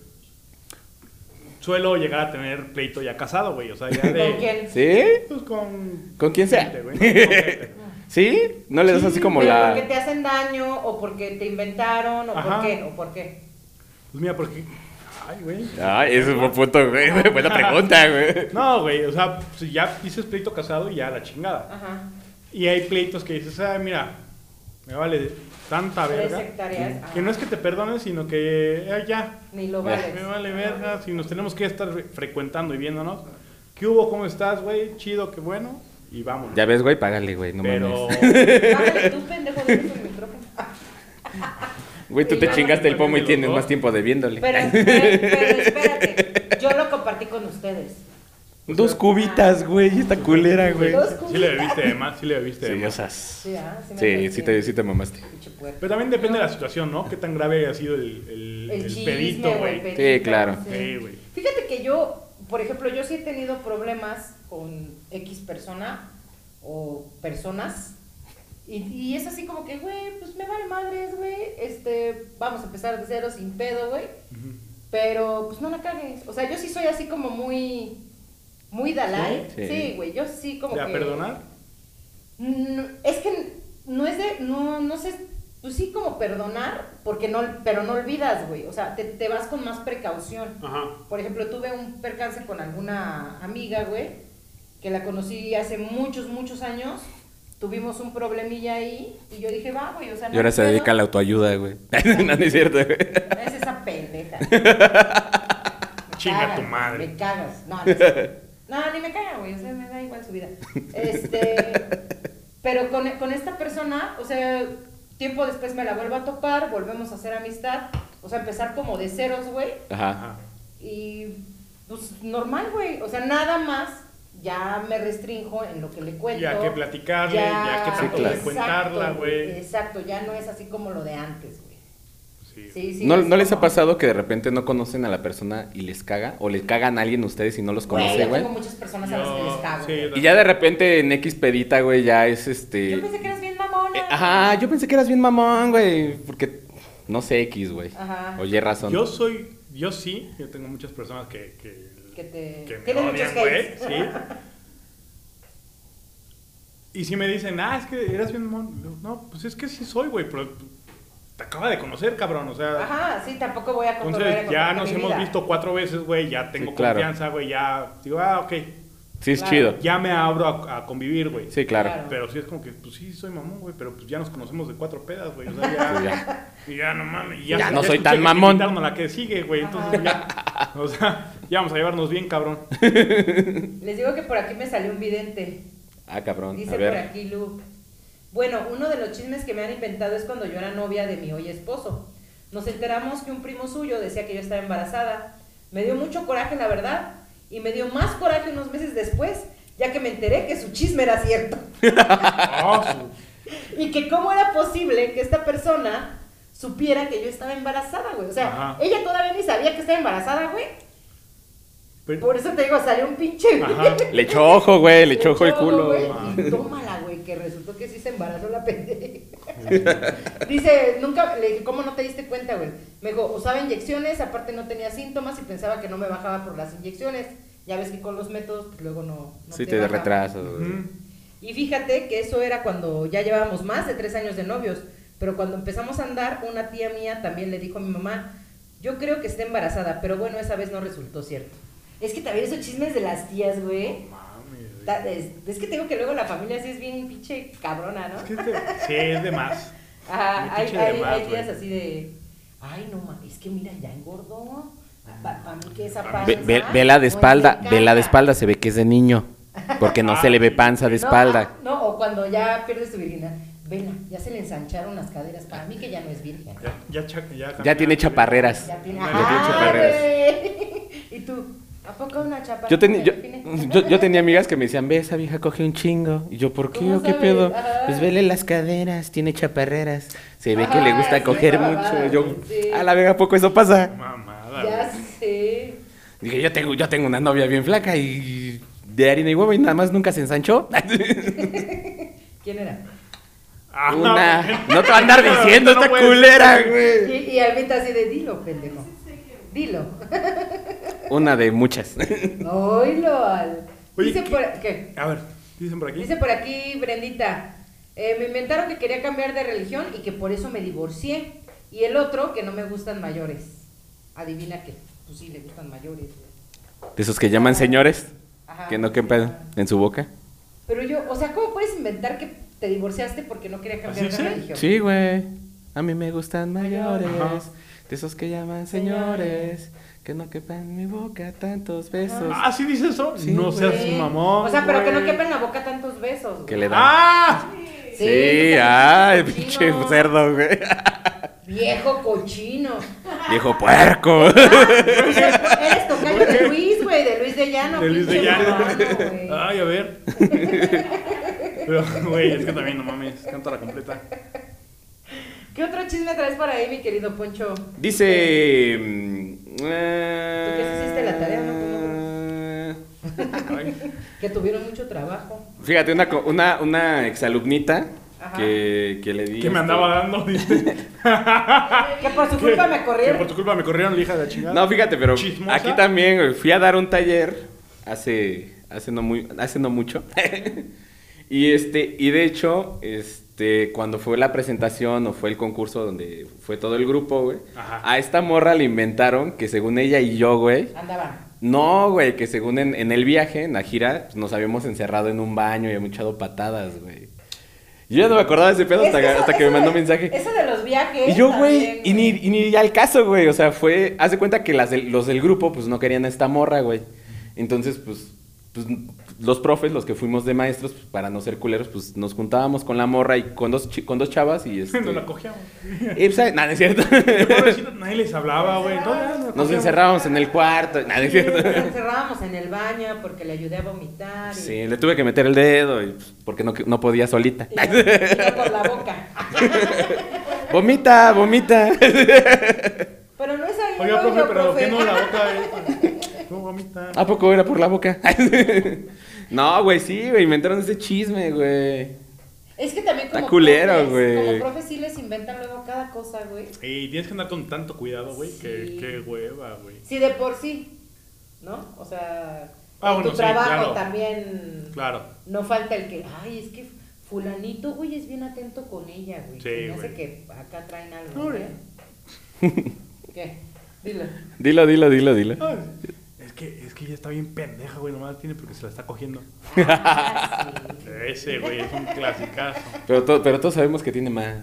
suelo llegar a tener pleito ya casado, güey. O sea, ya de. ¿Con quién? ¿Sí? Pues con. ¿Con quién sea? gente, güey, con gente. ¿Sí? ¿No le das así como Pero la...? porque te hacen daño, o porque te inventaron, o Ajá. por qué, o por qué. Pues mira, porque. Ay, güey. Ay, ese es buen punto, güey. Buena pregunta, güey. No, güey. O sea, si ya dices pleito casado y ya la chingada. Ajá. Y hay pleitos que dices, ah, mira, me vale tanta Tres verga. hectáreas. Que no es que te perdonen, sino que eh, ya, ajá, Ni lo Me- vales. me vale verga, si nos tenemos que estar re- frecuentando y viéndonos. ¿Qué hubo? ¿Cómo estás, güey? Chido, qué bueno. Y vamos. Ya ves, güey, págale, güey, no Pero... mames. Bájale tú, pendejo, de tu micrófono. Güey, tú te Sí, chingaste el pomo y los tienes dos. más tiempo debiéndole. Pero, espe- pero espérate, yo lo compartí con ustedes. Dos cubitas, güey, esta culera, güey. Dos Sí cubitas. le bebiste de más, sí le bebiste de Sí, más. osas. Sí, ah, sí me Sí, pareció. sí te, sí te mamaste. Pinche puerco. Pero también depende de la situación, ¿no? Qué tan grave ha sido el, el, El el chisme, pedito, o el güey. pedito, Sí, claro. Sí, güey. Fíjate que yo, por ejemplo, yo sí he tenido problemas con X persona o personas. Y, y es así como que, güey, pues me vale madres, güey. Este, vamos a empezar de cero sin pedo, güey. Pero, pues no la cagues. O sea, yo sí soy así como muy. Muy Dalai. Sí. Sí, güey. yo sí como ¿Te va a que. perdonar? No, es que no es de, no, no sé, pues sí como perdonar, porque no, pero no olvidas, güey, o sea, te, te vas con más precaución. Ajá. Por ejemplo, tuve un percance con alguna amiga, güey, que la conocí hace muchos, muchos años, tuvimos un problemilla ahí, y yo dije, va, güey, o sea, no Y ahora se hay dedica a pedo". la autoayuda, güey. No, no es cierto, güey. Es esa pendeja. Me Chinga cagas, tu madre. Me cagas. No, no, sé. No, ni me caga, güey. O sea, me da igual su vida. Este. Pero con, con esta persona, o sea, tiempo después me la vuelvo a topar, volvemos a hacer amistad. O sea, empezar como de ceros, güey. Ajá. Ajá. Y. Pues normal, güey. O sea, nada más. Ya me restrinjo en lo que le cuento. Ya que platicarle, ya, que que tanto Sí, claro. frecuentarla, güey. Exacto, ya no es así como lo de antes, güey. Sí. Sí, sí, ¿No, es ¿No les ha como- pasado que de repente no conocen a la persona y les caga? ¿O les cagan a alguien ustedes y no los Güey, conoce, yo güey? tengo muchas personas a las que les cago. Sí, güey. yo Y ya de repente en X pedita, güey, ya es este... Yo pensé que eras bien mamona. Eh, ajá, yo pensé que eras bien mamón, güey. Porque no sé X, güey. Ajá. Oye, razón. Yo soy, yo sí, yo tengo muchas personas que, que, Que te- que me tienen odian, muchos güey, hates. sí. Y si me dicen, ah, es que eras bien mon. yo, No, pues es que sí soy, güey, pero te acaba de conocer, cabrón, o sea. Ajá, sí, tampoco voy a controlar. Entonces ya nos hemos visto cuatro veces, güey, ya tengo Sí, claro. confianza, güey, ya digo, ah, ok, Sí, es Claro. chido. ya me abro a, a convivir, güey. Sí, claro. Claro. Pero sí es como que, pues sí, soy mamón, güey, pero pues ya nos conocemos de cuatro pedas, güey. O sea, ya, Sí, ya. y ya no mames. y Ya no escuché soy que tan te mamón. invitaron a la que sigue, güey. Entonces ya, o sea, ya vamos a llevarnos bien, cabrón. Les digo que por aquí me salió un vidente. Ah, cabrón. Dice A por ver. aquí Luke. Bueno, uno de los chismes que me han inventado es cuando yo era novia de mi hoy esposo. Nos enteramos que un primo suyo decía que yo estaba embarazada. Me dio mucho coraje, la verdad, y me dio más coraje unos meses después, ya que me enteré que su chisme era cierto. Oh, su- Y que cómo era posible que esta persona supiera que yo estaba embarazada, güey. O sea, Ajá. ella todavía ni sabía que estaba embarazada, güey. pero- Por eso te digo, salió un pinche... Ajá. Le echó ojo, güey. Le echó ojo el culo. Ah. güey, y Tómala, güey, que resultó que sí se embarazó la pendeja. Dice, nunca, le dije, ¿cómo no te diste cuenta, güey? Me dijo, usaba inyecciones, aparte no tenía síntomas y pensaba que no me bajaba por las inyecciones. Ya ves que con los métodos, pues luego no. no Sí, te baja. retrasas. güey. Ujú. Y fíjate que eso era cuando ya llevábamos más de tres años de novios, pero cuando empezamos a andar, una tía mía también le dijo a mi mamá, yo creo que está embarazada, pero bueno, esa vez no resultó cierto. Es que también esos chismes de las tías, güey. Mames, güey. Ta- Es, es que tengo que luego la familia sí es bien pinche cabrona, ¿no? Es que es de- sí, es de más. Ajá, bien hay, pinche de hay- más, hay días güey. así de, ay, no mames, es que mira, ya engordó. Para mí que esa Ah, panza... Ve- ve- vela Oye, de espalda. me Vela encanta. de espalda. Se ve que es de niño. Porque no se le ve panza de No, espalda. ah, No, o cuando ya pierde su virginidad. Vela, ya se le ensancharon las caderas. Para mí que ya no es virgen. Ya, ya, cha- ya Ya camina, tiene güey. chaparreras. Ya tiene, Ya ¡Ah, tiene chaparreras. güey! Y tú, ¿a poco una chaparra? Yo, tenía te yo, define? yo- yo tenía amigas que me decían, ve, esa vieja coge un chingo. Y yo, ¿por qué? ¿Cómo ¿O ¿Qué sabes? pedo? Ajá. Pues vele las caderas, tiene chaparreras. Se ve que Ajá, le gusta sí, coger babada, mucho. Yo, sí. a la vega, ¿a poco eso pasa? Mamada, Ya güey. sé. Dije, yo tengo, yo tengo una novia bien flaca y de harina y huevo y nada más nunca se ensanchó. ¿Quién era? Ah, Una. güey. No te va a andar No, diciendo no esta puedes. culera, güey. Y, y Alvita así de dilo, pendejo. Dilo. Una de muchas. Oílo, Al. Oye, Dice ¿qué? por, ¿qué? A ver, dicen por aquí. Dice por aquí, Brendita. eh, me inventaron que quería cambiar de religión y que por eso me divorcié. Y el otro, que no me gustan mayores. Adivina que, pues sí, le gustan mayores. güey. De esos que llaman señores. Ajá. Que no quepan en su boca. Pero yo, o sea, ¿cómo puedes inventar que te divorciaste porque no quería cambiar ¿Así de dice? religión? Sí, güey. A mí me gustan mayores. Ajá. De esos que llaman señores. Que no quepan en mi boca tantos besos. Ah, ¿sí dice eso? Sí, no güey. seas Sí. mamón. O sea, pero que no güey. quepa en la boca tantos besos. Que güey. le dan. ¡Ah! Sí, que ay, cochino. pinche cerdo, güey. Viejo cochino. Viejo puerco. Eres tocayo de Luis, güey, de Luis de Llano. De Luis de pinche Llano. marrano, güey. Ay, a ver. Pero, güey, es que también no mames, canta la completa. ¿Qué otro chisme traes para ahí, mi querido Poncho? Dice. mm, eh, hiciste la tarea, ¿no? Ay, Que tuvieron mucho trabajo. Fíjate, una, co- una, una exalumnita Ajá. que, que le di. que este, me andaba dando, dice. Que por su culpa me Que corrieron. por tu culpa me corrieron la hija de la chingada. No, fíjate, pero Chismosa. aquí también güey, fui a dar un taller hace, hace, no, muy, hace no mucho. y, este, y de hecho, este, cuando fue la presentación o fue el concurso donde fue todo el grupo, güey, Ajá. a esta morra le inventaron que según ella y yo, güey, Andaban. no, güey, que según en, en el viaje, en la gira, pues, nos habíamos encerrado en un baño y habíamos echado patadas, güey. Yo ya no me acordaba de ese pedo Es hasta, eso- hasta que eso me mandó un de- mensaje. Eso de los viajes. Y yo, güey, también, y ni, y ni al caso, güey. O sea, fue. Haz de cuenta que las del- los del grupo, pues no querían a esta morra, güey. Entonces, pues, pues, los profes, los que fuimos de maestros, pues, para no ser culeros, pues nos juntábamos con la morra y con dos, chi- con dos chavas y este. Nos la cogíamos. y, pues, nada, no es cierto. Pobrecito, nadie les hablaba, güey. No, ya, la Nos cogíamos. encerrábamos en el cuarto. Nada, no es Nos cierto. encerrábamos en el baño porque le ayudé a vomitar. y- Sí, le tuve que meter el dedo y, pues, porque no, no podía solita. y yo- y yo por la boca. Vomita, vomita. Pero no es ahí. Oiga, rollo, profe, pero profe. ¿qué no la boca? eh? No, mamita. ¿A poco era por la boca? no, güey, sí, güey. Inventaron ese chisme, güey. Es que también como Está culero, profes, güey. Como profes sí les inventan luego cada cosa, güey. Y tienes que andar con tanto cuidado, güey, que Sí. qué hueva, güey. Sí, de por sí, ¿no? O sea, Ah, en bueno, tu sí, trabajo claro. también Claro. no falta el que, ay, es que fulanito, güey, es bien atento con ella, güey. Sí, Se me hace güey. que acá traen algo, No, güey. ¿Qué? Dilo. Dilo, dilo, dilo, dilo. Ay, Es que, es que ella está bien pendeja, güey. Nomás tiene porque se la está cogiendo. Ah, sí. Ese, güey, es un clasicazo. Pero, to- pero todos sabemos que tiene más.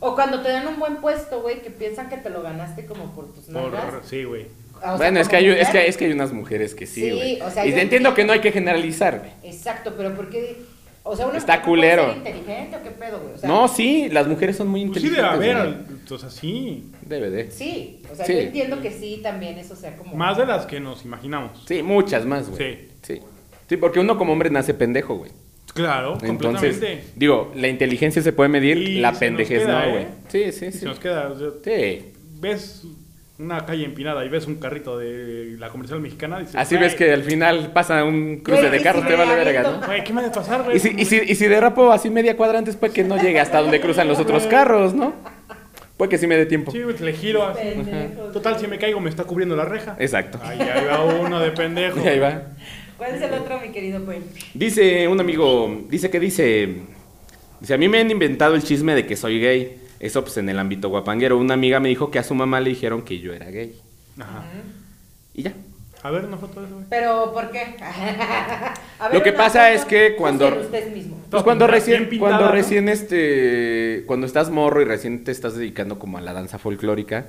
O cuando te dan un buen puesto, güey, que piensan que te lo ganaste como por tus nalgas. Por, sí, güey. Ah, o sea, bueno, es que, como hay, es, mujer. que, es que hay unas mujeres que sí, Sí, güey. o sea, y yo- entiendo que no hay que generalizar, güey. Exacto, pero porque, o sea, una Está mujer no puede culero. ser inteligente o qué pedo, güey. O sea, no, sí, las mujeres son muy Pues sí, inteligentes. debe haber, güey. al- o sea, sí. Debe de. Sí. Sí, o sea, Sí. yo entiendo que sí también eso sea como Más de las que nos imaginamos. muchas más, güey. Sí. Sí. Sí, porque uno como hombre nace pendejo, güey. Claro, completamente. Entonces, digo, la inteligencia se puede medir, Y la se pendejez nos queda, no, güey. ¿eh? Sí, sí, Y sí. Se nos queda. o sea, Sí. ves una calle empinada y ves un carrito de la comercial mexicana. Dices, Así "Güey, ves que al final pasa un cruce Güey, de y carros, si te vale me verga, aviento- ¿no? Güey, ¿qué me ha de pasar, güey? Y si, y, si, y si derrapo así media cuadra antes, puede que no llegue hasta donde cruzan los otros carros, ¿no? Puede que sí me dé tiempo. Sí, güey, le giro así. Pendejo. Total, si me caigo, me está cubriendo la reja. Exacto. Ay, ahí va uno de pendejo. Y ahí va. ¿Cuál es el otro, mi querido Puente? Dice un amigo, dice que dice, dice, a mí me han inventado el chisme de que soy gay. Eso pues en el ámbito guapanguero. Una amiga me dijo que a su mamá le dijeron que yo era gay. Ajá. Y ya. A ver, una foto de eso, güey. Pero, ¿por qué? A Lo que una pasa foto, es que cuando- juzguen ustedes mismos. Pues cuando pintada, recién, bien pintada, cuando ¿no? recién este, cuando estás morro y recién te estás dedicando como a la danza folclórica,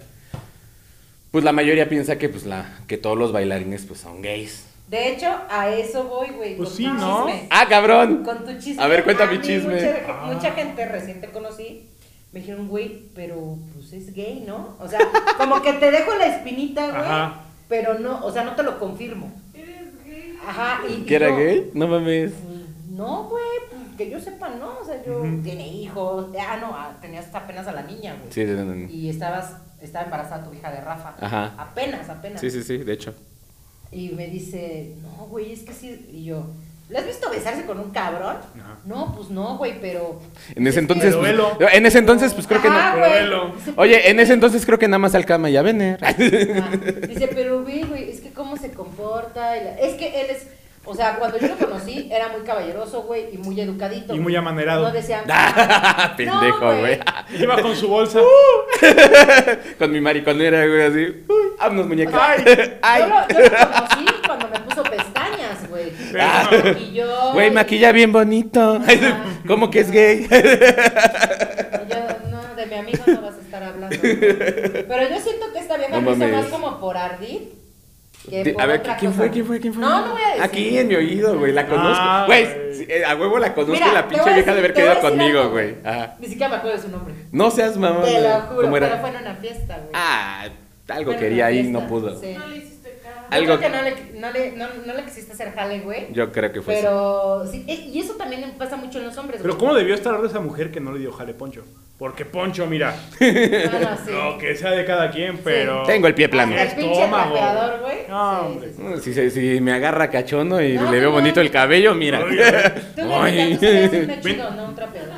pues la mayoría piensa que pues la, que todos los bailarines pues son gays. De hecho, a eso voy, güey. Pues con sí, tu ¿no? chisme. Ah, cabrón. Con tu chisme. A ver, cuenta mi mí chisme. Mucha, Ah. mucha gente recién te conocí. Me dijeron, güey, pero pues es gay, ¿no? O sea, como que te dejo la espinita, güey. Ajá. Pero no, o sea, no te lo confirmo. ¿Eres gay? Ajá. Y, y ¿Que era yo, gay? No mames. Pues, No, güey, pues, que yo sepa, no. O sea, yo tiene hijos. Ah, no, ah, tenías hasta apenas a la niña, güey. Sí, sí, no, no. Y estabas, estaba embarazada tu hija de Rafa. Ajá. Apenas, apenas. sí, sí, sí, de hecho. Y me dice, no, güey, es que sí. Y yo, ¿Lo has visto besarse con un cabrón? Ajá. No, pues no, güey, pero. En ese entonces, Pero pues, velo. en ese entonces, pues creo que Ajá, no. pero güey. velo. Dice, Oye, en ese entonces creo que nada más al cama y a vener. Ah, Dice, pero vi, güey, es que cómo se comporta. y la- Es que él es. O sea, cuando yo lo conocí, era muy caballeroso, güey, y muy educadito. Y muy amanerado. No "Ah, decía. Ah, Pendejo, No, güey. Iba con su bolsa. Con mi mariconera, güey, así. Uy, vámonos, O muñeca. sea, Ay. Yo, lo, yo lo conocí cuando me puso pestañas, güey. Ah. Y yo. Güey, maquilla bien bonito. Ajá. ¿Cómo que es gay? y yo, no, de mi amigo no vas a estar hablando. Pero yo siento que esta vieja No lo hizo mames. más como por ardid. Que De- por a ver, otra ¿quién cosa. fue? ¿Quién fue? ¿Quién fue? No, no voy a decir. Aquí en mi oído, güey, la Ah, conozco. Güey, güey. sí, eh, a huevo la conozco Mira, la te pinche voy a vieja de haber decir- te voy a quedado decir conmigo, algo, güey. Ajá. Ni siquiera me acuerdo de su nombre. No seas mamá. Te lo juro, ¿Cómo pero era? fue en una fiesta, güey. Ah, algo Fue en quería una ahí, fiesta, no pudo. sí. No le hiciste cara. Al- Yo Algo- creo que no le, no le, no, no le quisiste hacer jale, güey. Yo creo que fue eso. Pero sí, eh, y eso también pasa mucho en los hombres. Pero güey. ¿cómo debió estar ahora esa mujer que no le dio jale Poncho? Porque Poncho, mira, No, no, sí. lo que sea de cada quien, pero... Tengo el pie plano. Hasta el pinche Estómago. trapeador, güey. Sí, No, hombre. sí, sí. Mm, Si, se- si me agarra cachondo y No, le veo no. bonito el cabello, mira. Ay, ay, Tú le Ay. dices, tú sabías un chido, no un trapeador.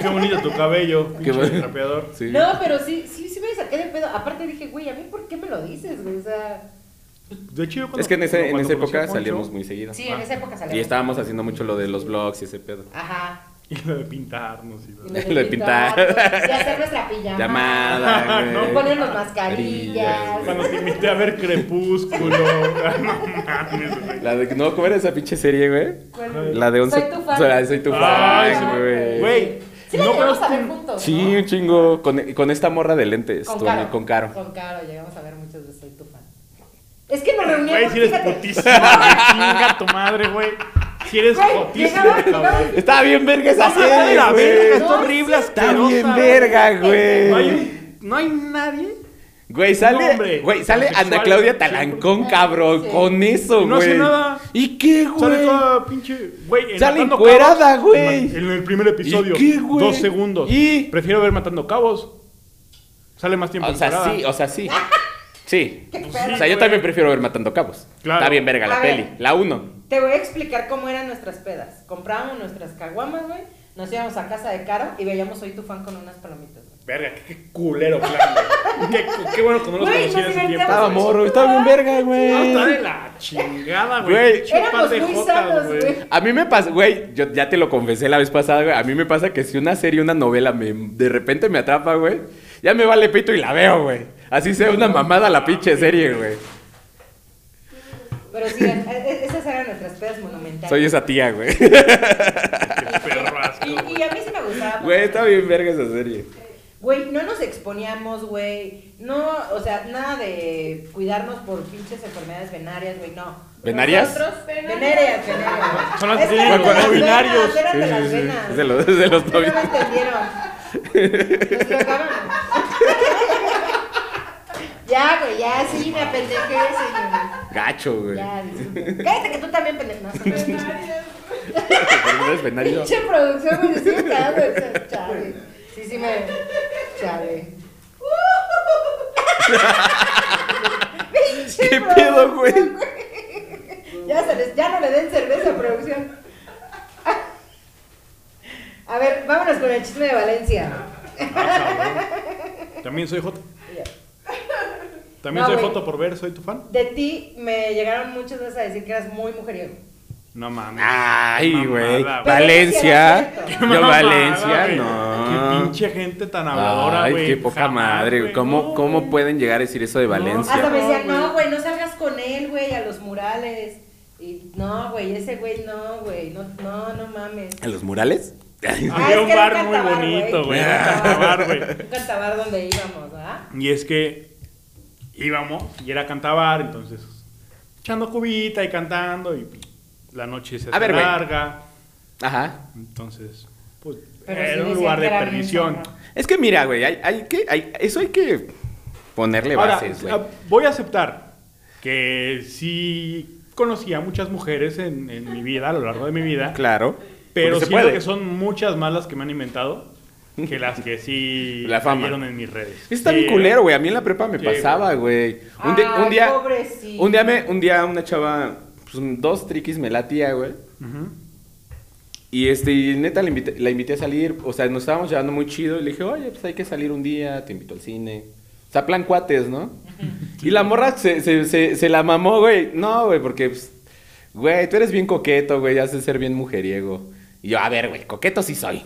Qué bonito tu cabello, Qué pinche bueno. trapeador. Sí. No, pero sí, sí, sí me saqué de pedo. Aparte dije, güey, ¿a mí por qué me lo dices, güey? O sea, De hecho, yo cuando- Es que en, ese- en cuando esa conocí época a Poncho, salíamos muy seguido. sí, en esa época salió. Y estábamos haciendo mucho lo de los blogs y ese pedo. Ajá. Y lo de pintarnos y lo Y de- Lo de pintar. Y hacer nuestra pijama. Llamada, Ah, güey. Y ponernos mascarillas. Brillas, Cuando te invité a ver Crepúsculo. Ah, no mames, güey. La de, no, ¿cómo era esa pinche serie, güey? La de 11. Soy tu fan. Soy tu Ay, fan, güey. Güey, Sí la no llegamos conozco- a ver juntos, Sí, ¿no? un chingo. Con, con esta morra de lentes. Con tu ami- Caro. con Caro. Con Caro, llegamos a ver muchos de Soy tu fan. Es que nos reuníamos, Güey, si eres fíjate. putísimo. güey, Chinga tu madre, güey. Si eres Güey, putísimo, llegaba- cabrón. Está bien verga esa Está de serie, la verga, güey. está horrible, Está asquerosa, bien güey. verga, No güey. hay, no hay nadie. Güey, No, sale, hombre. güey, sale Ana Homosexual, Claudia sí. Talancón, cabrón, Sí. con eso, güey. No hace nada. ¿Y qué, güey? Sale toda pinche. Güey, en Sale Matando encuerada, Cabos, güey. En en el primer episodio. ¿Y qué, güey? Dos segundos. ¿Y? Prefiero ver Matando Cabos. Sale más tiempo. O sea, encuerada. sí, o sea, sí. Sí. Qué O perro. sea, yo también prefiero ver Matando Cabos. Pues Claro. Está bien verga la A ver. peli. La 1. Te voy a explicar cómo eran nuestras pedas. Comprábamos nuestras caguamas, güey. Nos íbamos a casa de Caro y veíamos Soy tu fan con unas palomitas, güey. Verga, qué, qué culero plan, güey. Qué, qué bueno que no los Güey, conocí en nos ese tiempo. divertíamos. Estaba morro, estaba bien verga, No, está de güey. la chingada, Güey. güey. Pinche Éramos par de muy jotas, sanos, güey. A mí me pasa, güey, yo ya te lo confesé la vez pasada, güey. A mí me pasa que si una serie, una novela me, de repente me atrapa, güey, ya me vale pito y la veo, güey. Así sea una mamada la pinche serie, güey. Pero sí, e- e- esas eran nuestras pedas monumentales. Soy esa tía, güey. Qué perro asco, Y, güey. y a mí sí me gustaba. Güey, está bien verga esa serie. Güey, no nos exponíamos, güey. No, o sea, nada de cuidarnos por pinches enfermedades venarias, güey, no. ¿Venarias? Nosotros, Venarias. venarias, venarias. Son las Es que eran tienen de las cuerpos binarios. venas, eran de Sí, las sí, sí. venas. Es de los- es de los Ustedes no novi- lo entendieron. Nos tocaban. Ya, güey, ya, sí, me apendejé, señor. Gacho, güey. Ya, disculpe. Cállate que tú también pendejas. No, soy Varias, güey. Enfermedades venarias. Pinche producción, güey, estoy cagando. o sea, Chale. Sí, sí me. Chale. Pinche ¿Qué pedo, güey? producción, Ya, se les- ya no le den cerveza a producción. A ver, vámonos con el chisme de Valencia. Ah, También soy Jota. También No, soy güey. Jota por ver, soy tu fan. De ti me llegaron muchas veces a decir que eras muy mujeriego. No mames. Ay, Mamada, güey. Pero Valencia. es que era Qué Ah, Yo mamada, Valencia, güey. Qué no. pinche gente tan habladora, Ay, güey. qué poca Jamás, madre. güey. ¿Cómo, No, ¿Cómo güey. pueden llegar a decir eso de Hasta Valencia? me decían, No, no, güey, no salgas con él, güey, a los murales. Y no, güey, ese güey no, güey, no, no, no mames. ¿En los murales? Ah, es Había un que era bar muy cantabar, bonito, güey. Un Cantabar. cantabar, güey. Un cantabar donde íbamos, ¿ah? Y es que íbamos y era cantabar, entonces echando cubita y cantando y la noche se A hace ver, güey. larga. Ajá. Entonces, pues Pero sí era un decían lugar que de era bien perdición. zorra. Es que mira, güey, hay, hay que, hay- eso hay que ponerle Ahora, bases, ah, güey. voy a aceptar que sí conocí a muchas mujeres en, en mi vida, a lo largo de mi vida, Claro. pero Porque siento que son muchas más las que me han inventado que las que sí La fama. salieron en mis redes. Eso está Sí, bien culero, güey. A mí en la prepa me Sí, pasaba, güey. Un, di- un Ay, día. pobrecito. Un día me, un día una chava pues, dos triquis me latía, güey. Ujú. Y este, y neta la invité, la invité a salir, o sea, nos estábamos llevando muy chido y le dije, oye, pues hay que salir un día, te invito al cine. O sea, plan cuates, ¿no? Y la morra se, se, se, se la mamó, güey. No, güey, porque, pues, güey, tú eres bien coqueto, güey, haces ser bien mujeriego. Y yo, a ver, güey, coqueto sí soy.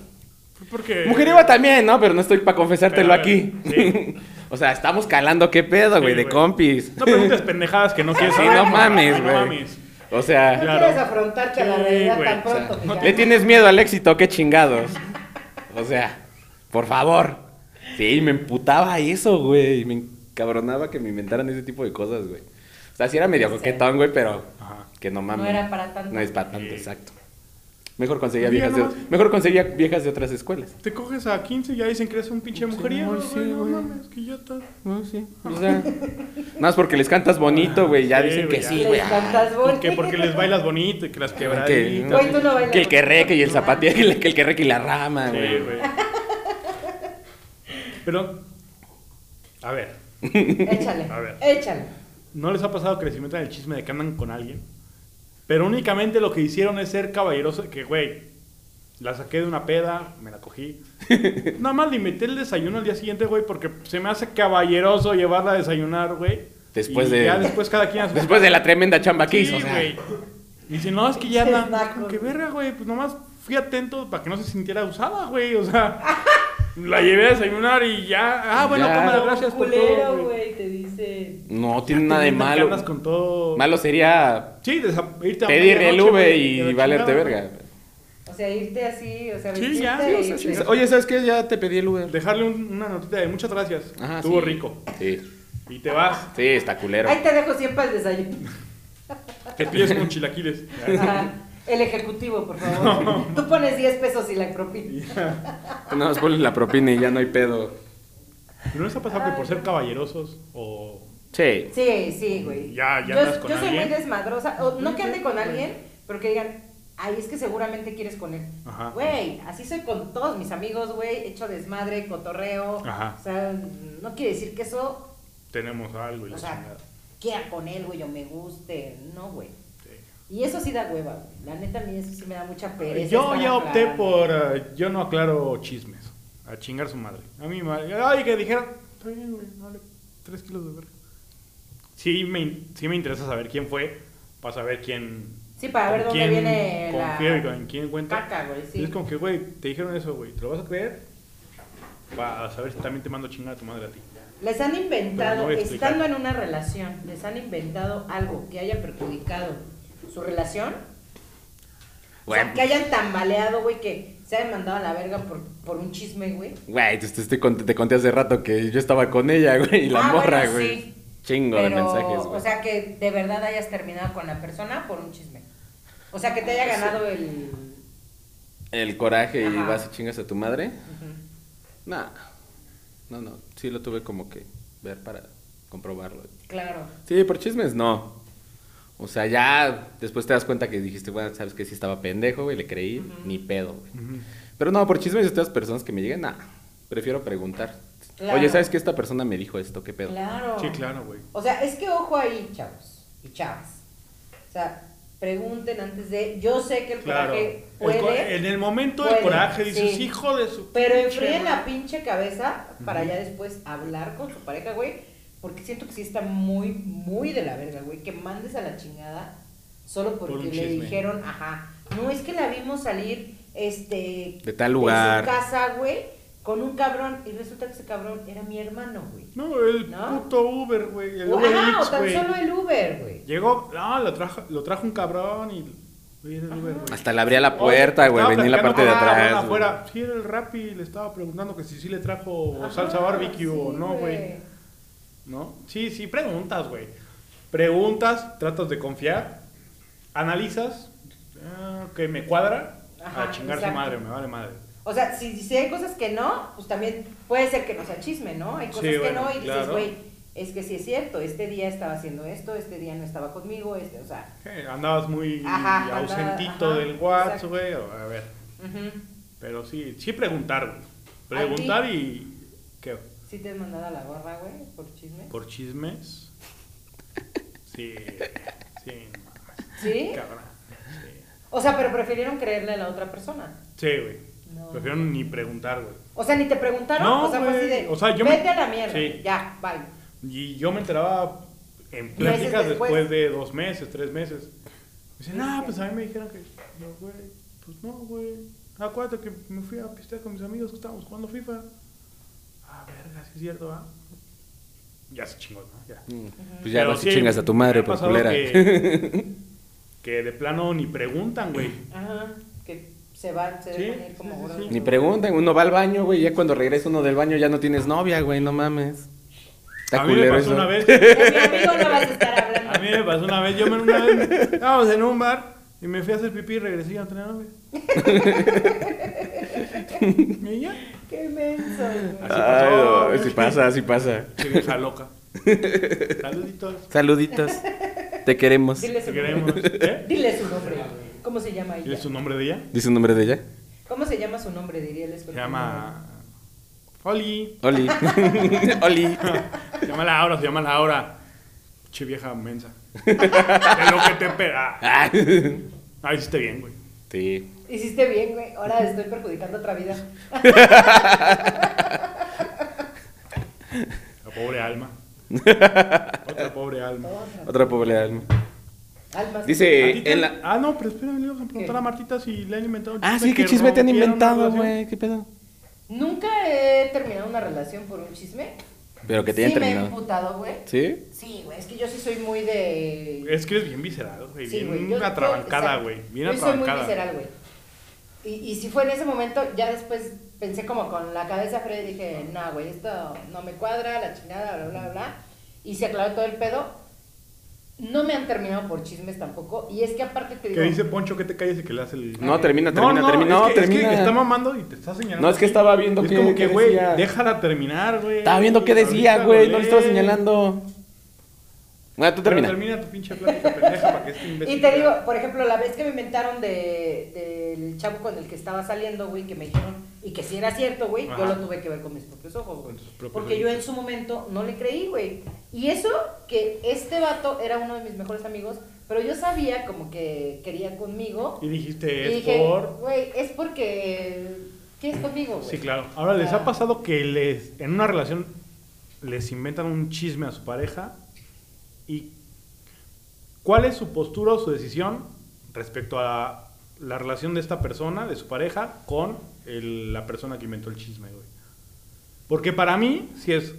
Porque... Mujeriego también, ¿no? Pero no estoy para confesártelo Eh. Pero, aquí. sí. o sea, estamos calando qué pedo, güey, Sí, de güey. compis. No preguntes pendejadas que no quieres Sí, saber. no mames, No güey. mames. O sea... No Ah, Claro. quieres afrontarte a la Sí, realidad güey, tan o sea, pronto. no- pues ya. Le tienes miedo al éxito, qué chingados. O sea, por favor. Sí, me emputaba eso, güey. Me encabronaba que me inventaran ese tipo de cosas, güey. O sea, sí era medio coquetón, güey, pero Ajá. que no mames. No era para tanto. No es para tanto, Sí. Pues exacto. Mejor conseguía Mira viejas de, nomás. mejor conseguía viejas de otras escuelas. Te coges a 15 y ya dicen que eres un pinche mujeriego, sí, güey. No güey. mames, que ya está. No, sí. O sea, nada más porque les cantas bonito, güey, ya Sí, dicen güey, que ya. sí, Les güey. ah, cantas ¿Por bonito. qué? Porque les bailas bonito y que las quebraditas. Que, Güey, tú no bailas. que el que reque y el zapatilla, que el que el que reque y la rama, Sí, güey. güey. Pero, a ver, Échale, A ver. échale. ¿no les ha pasado que les inventan el chisme de que andan con alguien? Pero únicamente lo que hicieron es ser caballeroso, que güey, la saqué de una peda, me la cogí. Nada más le inventé el desayuno al día siguiente, güey, porque se me hace caballeroso llevarla a desayunar, güey. Después Y de- Ya después cada quien a su Después de la tremenda chamba que hizo, o Sí, sea. güey. Y dice, no, es que ya Pinches la... nacos. Que verga, güey. Pues nomás fui atento para que no se sintiera usada, güey. O sea, la llevé a desayunar y ya... Ah, bueno, Ya. cámara, gracias por todo, culero, güey. güey, te dice. No Ya tiene nada te de dicen que malo. andas con todo... Malo sería Sí, desa- irte a pedir medianoche, el V güey, y, a la valerte chingada. verga. O sea, irte así, o sea, Sí, ya, vestirte sí, y- o sea, sí. Oye, ¿sabes qué? Ya te pedí el Uber. Dejarle un- una notita de muchas gracias. Ajá, Estuvo sí. rico. Sí, Y te vas. sí, está culero. Ahí te dejo siempre al desayuno. Te pides con chilaquiles. Ajá. El ejecutivo, por favor. Tú pones 10 pesos y la propina. Nada más ponle la propina y ya no hay pedo. ¿No les ha pasado que por ser caballerosos o... Sí. Sí, sí, güey. Ya- ya andas yo, con yo soy muy alguien. desmadrosa. O no que ande con alguien, pero que digan, ay, es que seguramente quieres con él. Ajá. Güey, así soy con todos mis amigos, güey. Hecho desmadre, cotorreo. Ajá. O sea, no quiere decir que eso, Tenemos algo y Pues la o sea, chingada? queda con él, güey, o me guste. No, güey. Sí. Y eso sí da hueva, güey. La neta, a mí eso sí me da mucha pereza. Yo estar ya opté aclarando. por. eh, yo no aclaro chismes. A chingar su madre. A mi madre. Ay, que dijeron. Está bien, güey, vale. Tres kilos de verga. Sí me, in- sí me interesa saber quién fue. Para saber quién. Sí, para ver con dónde quién viene la- Confío y con quién cuenta. Caca, güey, sí. Y Es como que, güey, te dijeron eso, güey. ¿Te lo vas a creer? Para saber si también te mando a chingar a tu madre a ti. Les han Pero no inventado, voy a explicar. estando en una relación, les han inventado algo que haya perjudicado su relación. O Güey, sea, que hayan tambaleado, güey, que se hayan mandado a la verga por, por un chisme, güey. güey, te, te- te cont- te conté hace rato que yo estaba con ella, güey, y la Ah, morra, bueno, güey. sí. Chingo de mensajes, güey. o sea, que de verdad hayas terminado con la persona por un chisme. O sea, que te Ah, haya pues ganado el... el coraje y Ajá. vas y chingas a tu madre. Ujú. Nah. No, no, sí lo tuve como que ver para comprobarlo. Claro. Sí, por chismes no. O sea, ya después te das cuenta que dijiste, bueno, sabes que sí estaba pendejo, güey, le creí, ni pedo, güey. Pero no, por chismes de estas personas que me llegan, nada. Prefiero preguntar. Claro. Oye, ¿sabes que esta persona me dijo esto? ¿Qué pedo? Claro. Sí, claro, güey. O sea, es que ojo ahí, chavos y chavas. O sea, pregunten antes de... Yo sé que el Claro. coraje El puede... co- en el momento del puede, coraje dices, sí. hijo de su. Pero pinche enfríen madre". la pinche cabeza para ya después hablar con su pareja, güey. Porque siento que sí está muy, muy de la verga, güey. Que mandes a la chingada solo porque un le chisme. dijeron, ajá. No es que la vimos salir, este. De tal lugar. De su casa, güey, con un cabrón. Y resulta que ese cabrón era mi hermano, güey. No, el ¿No? puto Uber, güey. El O- Uber ajá, Eats, o tan güey. solo el Uber, güey. Llegó, no, lo trajo, lo trajo un cabrón y. Oye, era el Uber, güey. Hasta le abría la puerta, güey, Estaba venía en la parte platicando de con una atrás. cabrona güey. afuera. Sí, era el Rappi, le estaba preguntando que si sí le trajo Ajá, salsa barbecue o sí, no, güey. ¿No? Sí, sí, preguntas, güey. Preguntas, tratas de confiar, analizas, ah, que me cuadra, Ajá, a chingar exacto. su madre, me vale madre. O sea, si, si hay cosas que no, pues también puede ser que no sea chisme, ¿no? Hay Sí, cosas que bueno, no y dices, claro. güey, es que sí es cierto, este día estaba haciendo esto, este día no estaba conmigo, este, o sea. Eh, Andabas muy Ajá, andaba- ausentito ajá, del WhatsApp, exacto. güey. A ver, ujú. pero sí, sí preguntar, güey. Preguntar y. ¿Qué? Sí te has mandado a la gorra, güey, por chisme. ¿Por chismes? Sí, sí. no mames. ¿Sí? Cabrón. O sea, pero prefirieron creerle a la otra persona. Sí, güey. No. Prefiero ni preguntar, güey. O sea, ni te preguntaron. No, o sea, fue así güey. de. O sea, yo me- vete a la mierda. Sí. Ya, bye. Y yo me enteraba en pláticas Meses después. después de dos meses, tres meses. Me dicen, ah, pues a mí me dijeron que, no, güey, pues no, güey. Acuérdate que me fui a pistear con mis amigos que estábamos jugando FIFA. Ah, verga, sí es cierto, ¿ah? Ya se chingó, ¿no? Ya. Pues ya Pero no si sí, chingas a tu me madre, ha por pasado culera. Que, que de plano ni preguntan, güey. Ajá. Que se van, se Sí, dejan ir como sí, sí, gordos. sí. Ni preguntan, uno va al baño, güey, ya cuando regresa uno del baño ya no tienes novia, güey, no mames. Está a mí me culero pasó eso. una vez. que- De mi amigo no vas a estar A mí hablando. me pasó una vez, yo me una vez estábamos en un bar y me fui a hacer pipí y regresé a entrenar, güey. ¿Y ya? Qué menso. güey. Así pasó, Ay, güey. no, sí pasa, así pasa. Che vieja loca. Saluditos. Saluditos. Te queremos. Dile Te su queremos. nombre. ¿Eh? Dile su nombre. ¿Cómo se llama ella? ¿Y su nombre de ella? ¿Dice el nombre de ella? ¿Cómo se llama su nombre? Diría el Se escorpión. llama. Oli. Oli. Oli. Se llama Laura, se llama Laura. Che vieja mensa. De lo que te pega. Ah. Ah, hiciste bien, güey. Sí. Hiciste bien, güey. Ahora estoy perjudicando otra vida. La pobre alma. Otra pobre alma. Otra pobre alma. Almas. ¿A Dice ti te- en la... Ah, no, pero espérame, le vamos a preguntar Eh, ¿Qué? a Martita si le han inventado un Ah, sí, qué chisme te han rompieron, inventado, algo así. güey. ¿Qué pedo? Nunca he terminado una relación por un chisme. Pero que te hayan sí me he terminado. imputado, güey. ¿Sí? Sí, güey. Es que yo sí soy muy de... Es que eres bien visceral, güey. Sí, bien yo- yo- atrabancada, exacto. güey. Bien Yo soy muy atrabancada. visceral, güey. Y, y sí fue en ese momento, ya después pensé como con la cabeza fría y dije, no, güey, esto no me cuadra, la chingada, bla, bla, bla. Y se aclaró todo el pedo. No me han terminado por chismes tampoco. Y es que aparte te Que digo... dice Poncho que te calles y que le hace el. No, termina, No, termina, no, termina. es No, que, es que termina. está mamando y te está señalando. No, es que así. estaba viendo Es qué- como qué que, güey, decía. déjala terminar, güey. Estaba viendo qué decía, Ahorita, güey. No le estaba güey. señalando. Bueno, tú Pero termina. termina tu pinche plática pendeja para que este imbécil. Y te digo, por ejemplo, la vez que me inventaron de, del chavo con el que estaba saliendo, güey, que me dijeron, y que si era cierto, güey, Ajá. yo lo tuve que ver con mis propios ojos, güey. Con tus propios Porque yo en ojitos. su momento no le creí, güey. Y eso, que este vato era uno de mis mejores amigos, pero yo sabía como que quería conmigo. Y dijiste, Y es dije, por. güey, es porque quieres conmigo, güey. Sí, claro. Ahora, ¿les Ah. ha pasado que les en una relación les inventan un chisme a su pareja? ¿Y cuál es su postura o su decisión respecto a la relación de esta persona, de su pareja, con el- la persona que inventó el chisme, güey? Porque para mí, si es,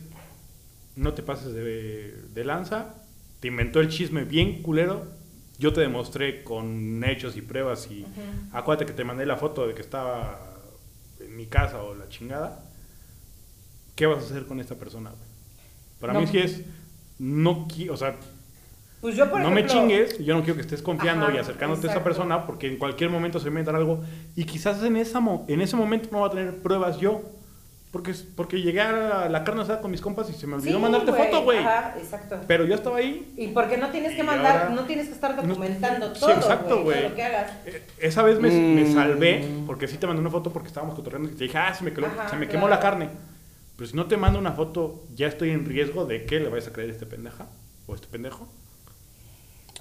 no te pases de, de lanza, te inventó el chisme bien culero, yo te demostré con hechos y pruebas y acuérdate que te mandé la foto de que estaba en mi casa o la chingada, ¿qué vas a hacer con esta persona? güey? Para No. mí sí es, no, qui- o sea, Pues yo, por no me ejemplo, chingues, yo no quiero que estés confiando Ajá, y acercándote a esa exacto. persona porque en cualquier momento se me va a inventar algo y quizás en, esa mo- en ese momento no va a tener pruebas yo. Porque, es- porque llegué a la carne asada con mis compas y se me olvidó sí, mandarte foto, güey. Ajá, exacto. Pero yo estaba ahí. Y porque no tienes que Y mandar, ahora- no tienes que estar No- documentando Sí, todo, exacto, todo güey. lo que hagas. Eh, Esa vez me, me Mm. salvé porque sí te mandé una foto porque estábamos cotorreando y te dije, ah, se me, quemó- Ajá, se me quemó claro. la carne. Pero si no te mando una foto, ya estoy en riesgo de que le vayas a creer a este pendeja o este pendejo.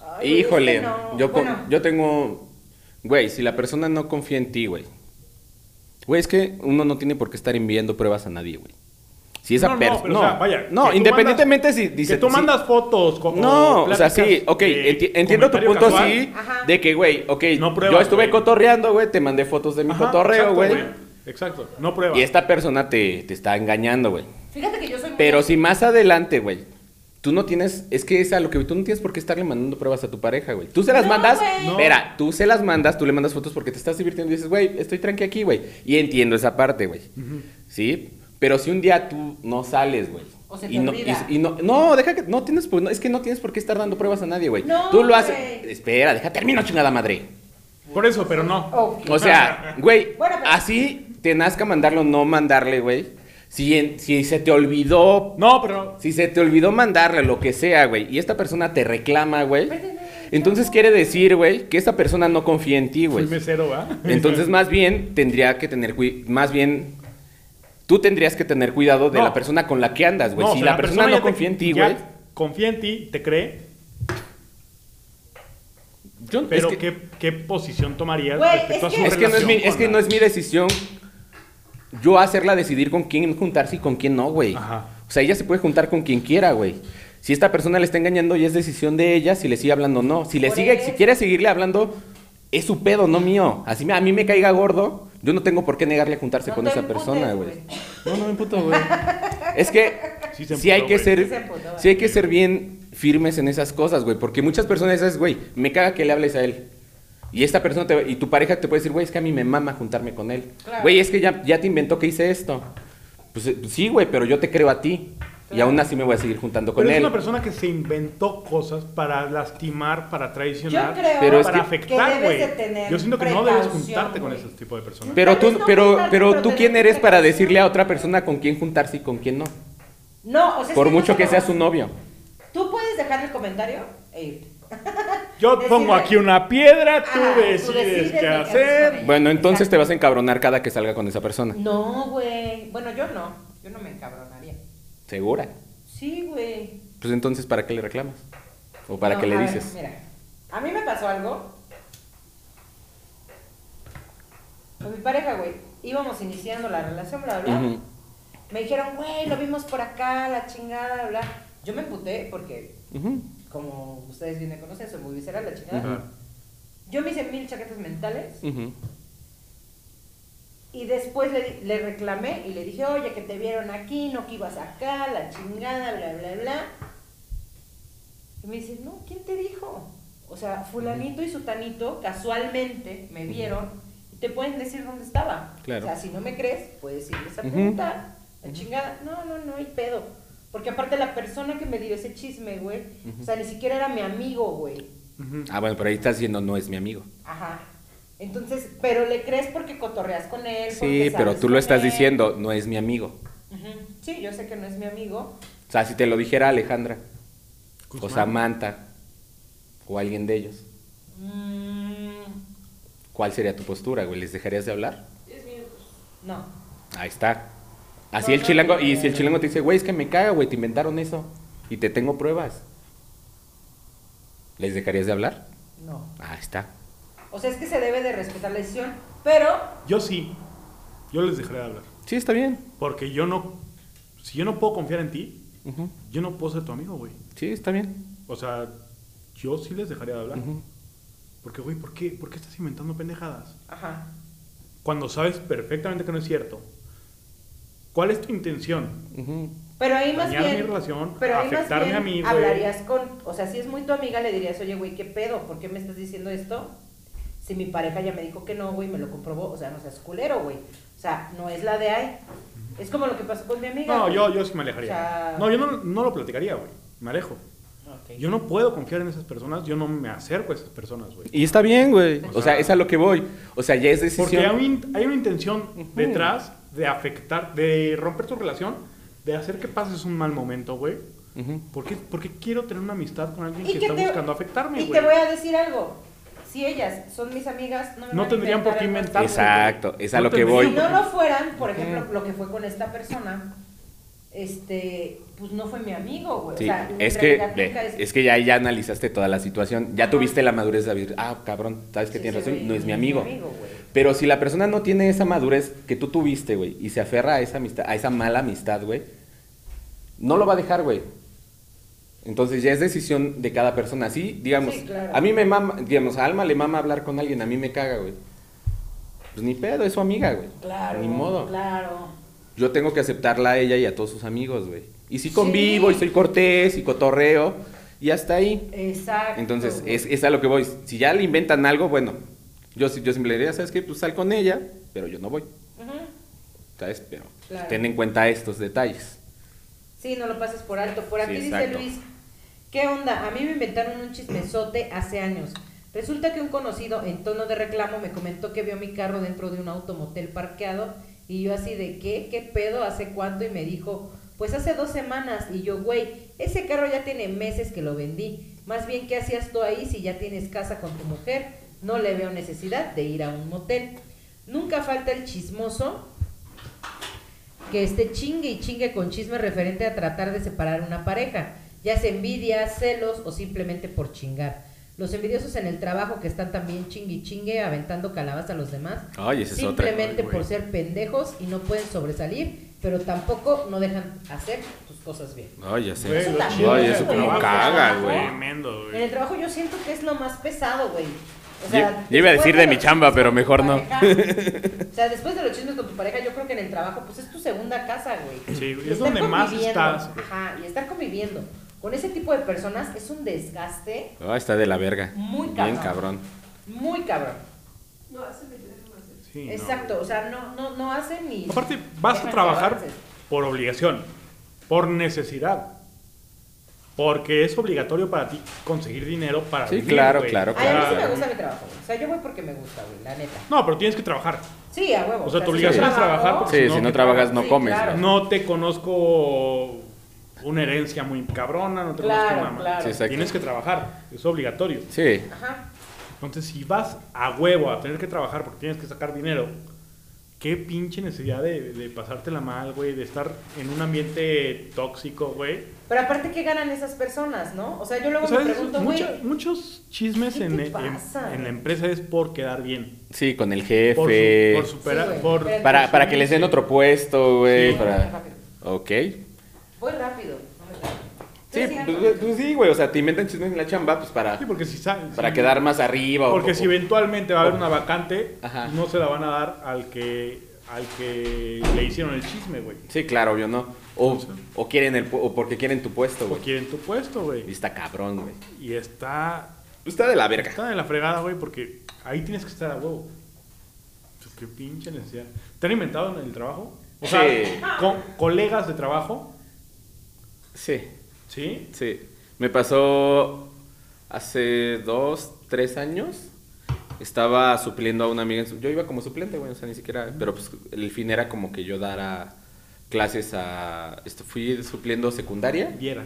Ay, güey, Híjole, es que no. yo, po- Bueno, yo tengo... Güey, si la persona no confía en ti, güey. Güey, es que uno no tiene por qué estar enviando pruebas a nadie, güey. Si esa No, no, persona... pero, No, o sea, vaya, que no tú independientemente mandas- si dice... Que tú si- mandas fotos. co- No, o sea, pláticas sí, ok, de enti- entiendo tu comentario punto casual. así Ajá. de que, güey, ok, No pruebas, yo estuve güey. cotorreando, güey, te mandé fotos de mi Ajá, cotorreo, exacto, güey. Exacto, no prueba. Y esta persona te, te está engañando, güey. Fíjate que yo soy muy- Pero si más adelante, güey, tú no tienes, es que es a lo que tú no tienes por qué estarle mandando pruebas a tu pareja, güey. Tú se las No, mandas, güey. No. espera, tú se las mandas, tú le mandas fotos porque te estás divirtiendo y dices, güey, estoy tranqui aquí, güey. Y entiendo esa parte, güey. ¿Sí? Pero si un día tú no sales, güey. O se te y no, olvida. y- y no, no, deja que, no tienes, por- no, es que no tienes por qué estar dando pruebas a nadie, güey. No, tú lo haces, güey. espera, deja, termino chingada madre. Por eso, pero no. Ok. O sea, güey, Bueno, pero- así te nazca mandarlo, no mandarle, güey. Si, en- si se te olvidó No, pero. si se te olvidó mandarle lo que sea, güey, y esta persona te reclama, güey, entonces quiere decir, güey, que esta persona no confía en ti, Fui güey. mesero, ¿va? Pues, Entonces, más bien, tendría que tener cui- más bien, tú tendrías que tener cuidado de No. la persona con la que andas, güey. No, o pues, si sea, la, persona, ya no te- confía en ti, ya güey, Confía en ti, te cree. Yo- Pero, es que, ¿qué, ¿qué posición tomarías Güey, respecto es a su que- es que no es, mi, relación es que con no la- es mi decisión yo hacerla decidir con quién juntarse y con quién no, güey. Ajá. O sea, ella se puede juntar con quien quiera, güey. Si esta persona le está engañando, ya es decisión de ella si le sigue hablando o no. Si le Por sigue, eso. si quiere seguirle hablando, es su pedo, no mío. Así me- a mí me caiga gordo, yo no tengo por qué negarle a juntarse No con te esa emputes, persona, güey. güey. No, no me emputo, güey. es que Sí sí, se hay emputó, que güey. ser Sí se emputó, güey. sí hay que ser bien firmes en esas cosas, güey, porque muchas personas es, güey, me caga que le hables a él. Y esta persona te, y tu pareja te puede decir, güey, es que a mí me mama juntarme con él. Claro. Güey, es que ya, ya te inventó que hice esto. Pues eh, sí, güey, pero yo te creo a ti. Y Claro. aún así me voy a seguir juntando con Pero es él. una persona que se inventó cosas para lastimar, para traicionar, Yo creo Pero es para que- que afectar, debes güey. de tener Yo siento que no debes precaución, juntarte con güey. ese tipo de personas. Pero Tal tú, vez no pero, juntarte, pero pero tú tener quién eres para precaución. decirle a otra persona con quién juntarse y con quién no. No, o sea, es Por que no mucho se que lo- sea su novio. Tú puedes dejar el comentario e irte. Yo Decirle- pongo aquí una piedra, tú Ajá, tú decides, decides lo qué que hacer. haces Bueno, entonces Exacto. te vas a encabronar cada que salga con esa persona. No, güey. Bueno, yo no. Yo no me encabronaría. ¿Segura? Sí, güey. Pues entonces, ¿para qué le reclamas? ¿O para No, qué le a ver, dices? mira, a mí me pasó algo. Con mi pareja, güey. Íbamos iniciando la relación, bla, bla. Ujú. Me dijeron, güey, lo vimos por acá, la chingada, bla, bla. Yo me emputé porque, Ujú. como ustedes bien me conocen, soy muy visceral, la chingada. Ajá. Yo me hice mil chaquetas mentales. Ujú. Y después le, le reclamé y le dije, oye, que te vieron aquí, no que ibas acá, la chingada, bla, bla, bla. Y me dice, no, ¿quién te dijo? O sea, fulanito y sutanito casualmente me vieron y te pueden decir dónde estaba. Claro. O sea, si no me crees, puedes irles a Ujú. preguntar. La chingada, no, no, no hay pedo. Porque aparte la persona que me dio ese chisme, güey, o sea, ni siquiera era mi amigo, güey. Ujú. Ah, bueno, pero ahí estás diciendo no es mi amigo. Ajá. Entonces, pero le crees porque cotorreas con él. Sí, porque pero sales tú lo con estás él. diciendo, no es mi amigo. Ujú. Sí, yo sé que no es mi amigo. O sea, si te lo dijera Alejandra, o Guzmán. Samantha, o alguien de ellos, Mm, ¿cuál sería tu postura, güey? ¿Les dejarías de hablar? Diez minutos. no. Ahí está. Así No, el no, chilango, no, y no, si el no. chilango te dice, güey, es que me caga, güey, te inventaron eso, y te tengo pruebas, ¿les dejarías de hablar? No. Ahí está. O sea, es que se debe de respetar la decisión, pero Yo sí, yo les dejaré de hablar. Sí, está bien. Porque yo no, si yo no puedo confiar en ti, Ujú. yo no puedo ser tu amigo, güey. Sí, está bien. O sea, yo sí les dejaría de hablar. Ujú. Porque, güey, ¿por qué, ¿por qué estás inventando pendejadas? ajá. Cuando sabes perfectamente que no es cierto. ¿Cuál es tu intención? Ujú. Pero ahí más Dañar bien mi relación, pero ahí más afectarme bien a mí, güey. hablarías con, o sea, si es muy tu amiga le dirías, "Oye, güey, ¿qué pedo? ¿Por qué me estás diciendo esto?" Si mi pareja ya me dijo que no, güey, me lo comprobó, o sea, no seas culero, güey. O sea, no es la de ahí. Es como lo que pasó con mi amiga. No, güey. yo, yo sí me O sea- alejaría. No, yo no, no lo platicaría, güey. Me alejo. Ok. Yo no puedo confiar en esas personas, yo no me acerco a esas personas, güey. Y está bien, güey. O sea, es a lo que voy. O sea, ya es decisión. Porque hay, un in- hay una intención detrás de afectar, de romper tu relación, de hacer que pases un mal momento, güey. Ujú. ¿Por qué, por qué quiero tener una amistad con alguien Y que, que está te- buscando afectarme, Y güey? te voy a decir algo. Si ellas son mis amigas, no me No van a tendrían por qué algo. inventar. Exacto, es a lo que voy. Si no lo fueran, por ejemplo, lo que fue con esta persona, este, pues no fue mi amigo, güey. Sí, o sea, es en que, realidad ve, nunca es... que ya, ya analizaste toda la situación, ya Ajá. tuviste la madurez de decir, ah, cabrón, sabes que Sí, tienes sí, razón, güey, no es mi amigo. güey. Pero si la persona no tiene esa madurez que tú tuviste, güey, y se aferra a esa amistad, a esa mala amistad, güey, no lo va a dejar, güey. Entonces ya es decisión de cada persona, sí, digamos, Sí, claro. a mí me mama, digamos, a Alma le mama hablar con alguien, a mí me caga, güey. Pues ni pedo, es su amiga, güey. Claro. Ni modo. Claro. Yo tengo que aceptarla a ella y a todos sus amigos, güey. Y si convivo y soy cortés y cotorreo y hasta ahí. Exacto. Entonces, güey. es, es a lo que voy. Si ya le inventan algo, bueno, yo, si- yo siempre le diría, ¿sabes qué? Pues sal con ella, pero yo no voy, Ujú. ¿sabes? Pero pues, Claro. ten en cuenta estos detalles. Sí, no lo pases por alto. Por Sí, aquí dice exacto. Luis, ¿qué onda? A mí me inventaron un chismesote hace años. Resulta que un conocido en tono de reclamo me comentó que vio mi carro dentro de un automotel parqueado y yo así de qué, qué pedo, hace cuánto y me dijo, pues hace dos semanas y yo, güey, ese carro ya tiene meses que lo vendí. Más bien, ¿qué hacías tú ahí si ya tienes casa con tu mujer? No le veo necesidad de ir a un motel. Nunca falta el chismoso que esté chingue y chingue con chisme referente a tratar de separar una pareja, ya sea envidia, celos o simplemente por chingar. Los envidiosos en el trabajo que están también chingue y chingue aventando calabaza a los demás. Ay, esa es otra. simplemente Ay, güey. por ser pendejos y no pueden sobresalir, pero tampoco no dejan hacer sus cosas bien. Ay, ya sé. Güey, lo también. chido Ay, es eso el como trabajo, caga, es güey. Tremendo, En el güey. trabajo yo siento que es lo más pesado, güey. O Yo- yo iba a decir después de mi los chamba, chismes pero con tu mejor no. pareja, O sea, después de los chismes con tu pareja, yo creo que en el trabajo, pues es tu segunda casa, güey. Sí, güey, Y es estar donde más conviviendo, estás, güey. Ajá, y estar conviviendo con ese tipo de personas es un desgaste Ay, está de la verga. Muy Bien cabrón. cabrón. muy cabrón. No, hace que te dejan hacer. Sí, no, Exacto, o sea, no, no, no hacen ni... Aparte, vas dejan a que trabajar avances. por obligación, por necesidad. Porque es obligatorio para ti conseguir dinero para Sí, vivir, claro, güey. claro, Ay, a mí sí me claro. gusta mi trabajo, güey. O sea, yo voy porque me gusta, güey, la neta. No, pero tienes que trabajar. Sí, a huevo. O sea, tu si obligación yo es trabajar trabajo, porque Sí, no, si que no trabajas, no sí, comes. claro. güey. No te conozco una herencia muy cabrona, no te Claro, conozco nada. claro. Sí, exacto. Tienes que trabajar, es obligatorio. Sí. Ajá. Entonces, si vas a huevo a tener que trabajar porque tienes que sacar dinero, qué pinche necesidad de, de pasártela mal, güey, de estar en un ambiente tóxico, güey. Pero aparte, ¿qué ganan esas personas, no? O sea, yo luego O sea, me es- pregunto, güey, mucha- muchos chismes ¿qué en, e- te en- pasa? en la empresa es por quedar bien. Sí, con el Por, su- jefe. por superar- Sí, güey. por- Pero- Para, para que les den otro puesto, güey. Sí. Para... Ok. voy rápido. no me tardo. Sí, Ustedes sigan pues, hablando. pues sí, güey. O sea, te inventan chismes en la chamba, pues para, Sí, porque si sabes. para quedar más arriba. o- Porque o- si eventualmente va a haber una vacante, Oh. Ajá. no se la van a dar al que al que le hicieron el chisme, güey. Sí, claro, yo no. O, o quieren el, pu- o porque quieren tu puesto, O güey. quieren tu puesto, Y güey. está cabrón, güey. Y está Está de la verga. está de la fregada, güey, porque ahí tienes que estar a huevo. Pues, qué pinche necesidad. ¿Te han inventado en el trabajo? O sea, Sí. con colegas de trabajo, Sí, ¿sí? sí. Me pasó hace dos, tres años. Estaba supliendo a una amiga. en su- Yo iba como suplente, güey. O sea, ni siquiera. Pero pues el fin era como que yo dara clases a. Esto, fui supliendo secundaria. Viera.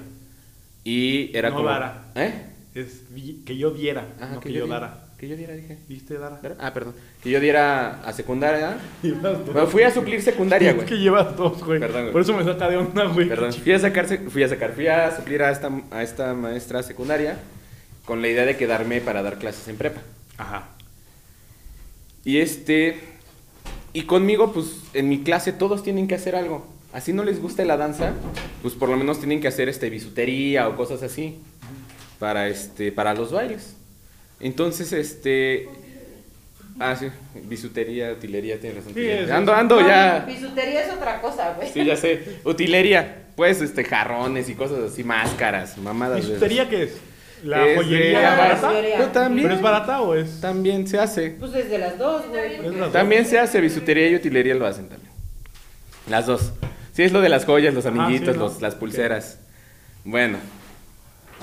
Y era No como. dara. ¿Eh? Es vi- que yo diera, Ajá, no que, yo, di- dara. Que yo diera, dije. ¿Viste, Dara? ¿Dara? Ah, perdón. Que yo diera a secundaria. Llevas dos. Bueno, fui a suplir secundaria, Es güey. que llevas dos, güey. Perdón, güey. Por eso me saca de onda, güey. Perdón, fui a sacar, fui a sacar, fui a suplir a esta, a esta maestra secundaria con la idea de quedarme para dar clases en prepa. Ajá. Y este, y conmigo, pues en mi clase todos tienen que hacer algo. Así no les gusta la danza, pues por lo menos tienen que hacer este bisutería o cosas así para este, para los bailes. Entonces, este, ah sí, bisutería, utilería, tienes razón. Sí, utilería. es- ando, ando No, ya. Bisutería es otra cosa, güey. Sí, ya sé. Utilería. Pues, este, jarrones y cosas así, máscaras, mamadas. de ¿Bisutería qué es? ¿La Es de- joyería ajá, barata? joyería. No, también. ¿Pero es barata o es...? También se hace. Pues desde las dos, güey. Es las dos. También se hace. Bisutería y utilería lo hacen también. Las dos. Sí, es lo de las joyas, los Ajá, anillitos, Ah, sí, ¿no? los- las Ok. pulseras. Bueno.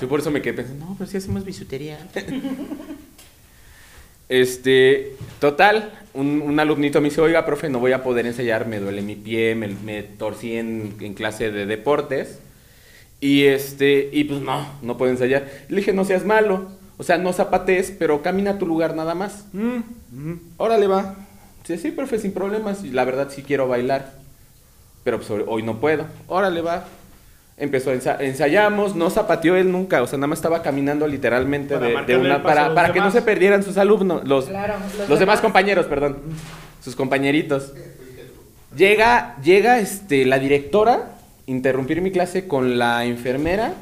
Yo por eso me quedé pensando, no, pero sí hacemos bisutería. este, total, un, un alumnito me dice, oiga, profe, no voy a poder ensayar, me duele mi pie, me, me torcí en, en clase de deportes. Y este, y pues no, no puedo ensayar. Le dije, no seas malo. O sea, no zapatees, pero camina a tu lugar nada más. Mm, mm. Órale, va. Sí, sí, profe, sin problemas. Y la verdad sí quiero bailar. Pero pues hoy- hoy no puedo. Órale, va. Empezó, a ensa- ensayamos, no zapateó él nunca. O sea, nada más estaba caminando literalmente Para de- de marcarle una- el paso a Para, los para que no demás. se perdieran sus alumnos, los, pues, Claro, los, los demás. demás. compañeros, perdón. Sus compañeritos. Llega, llega este, la directora, interrumpir mi clase con la enfermera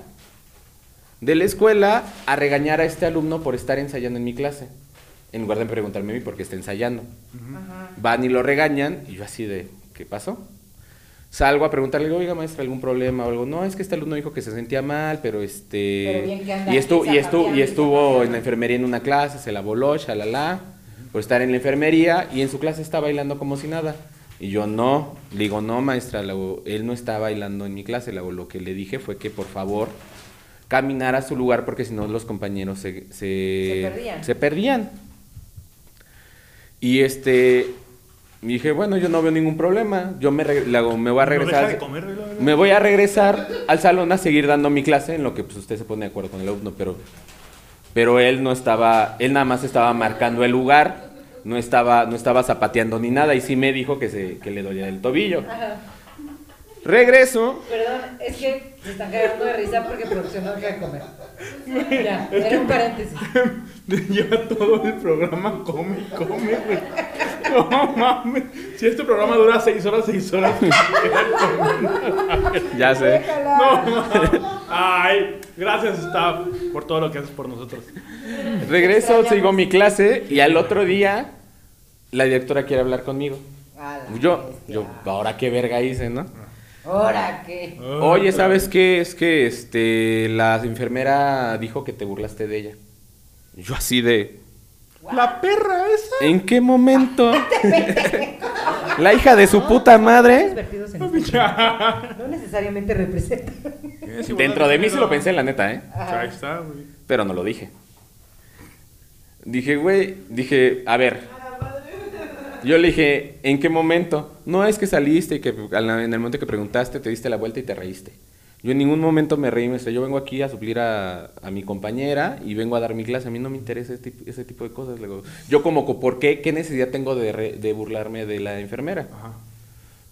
de la escuela a regañar a este alumno por estar ensayando en mi clase. En lugar de preguntarme a mí por qué está ensayando. Van y lo regañan y yo así de, ¿qué pasó? Salgo a preguntarle, oiga maestra, ¿algún problema o algo? No, es que este alumno dijo que se sentía mal, pero este... Pero bien que anda y, estuvo, aquí y, estuvo, zapateando y y estuvo en zapateando. la enfermería en una clase, se la voló, shalala, por estar en la enfermería y en su clase está bailando como si nada. Y yo no, le digo, no maestra, la- él no está bailando en mi clase, la- lo que le dije fue que por favor caminar a su lugar porque si no los compañeros se, se, Se perdían. se perdían. Y este, dije, bueno, yo no veo ningún problema, yo me, reg- le hago, me voy a No deja regresar. de comer, güey, la verdad. me voy a regresar al salón a seguir dando mi clase en lo que pues usted se pone de acuerdo con el alumno, pero pero él no estaba, él nada más estaba marcando el lugar, no estaba no estaba zapateando ni nada y sí me dijo que se que le dolía el tobillo. Regreso. Perdón, es que se están cagando de risa porque producción no deja de comer. Ya, era un paréntesis. Lleva todo el programa, come, come, güey. No mames. Si este programa dura seis horas, seis horas. Ya sé. eh. No mames. Ay, gracias, staff, por todo lo que haces por nosotros. Regreso, sigo mi clase y al otro día la directora quiere hablar conmigo. A la Yo, bestia. yo, ahora qué verga hice, ¿no? Ahora qué. Oye, ¿sabes qué? Es que este la enfermera dijo que te burlaste de ella. Yo así de La perra esa. ¿En qué momento? la hija de su puta madre. Vertidos en este- No necesariamente representa. Dentro de mí sí lo pensé, la neta, ¿eh? Ahí está, güey. Pero no lo dije. Dije, güey, dije, a ver. Yo le dije, ¿en qué momento? No es que saliste y que a la- en el momento que preguntaste te diste la vuelta y te reíste. Yo en ningún momento me reí, me dice, yo vengo aquí a suplir a, a mi compañera y vengo a dar mi clase. A mí no me interesa este- ese tipo de cosas. Le digo, yo como, co- ¿por qué? ¿Qué necesidad tengo de, re- de burlarme de la enfermera? Ajá.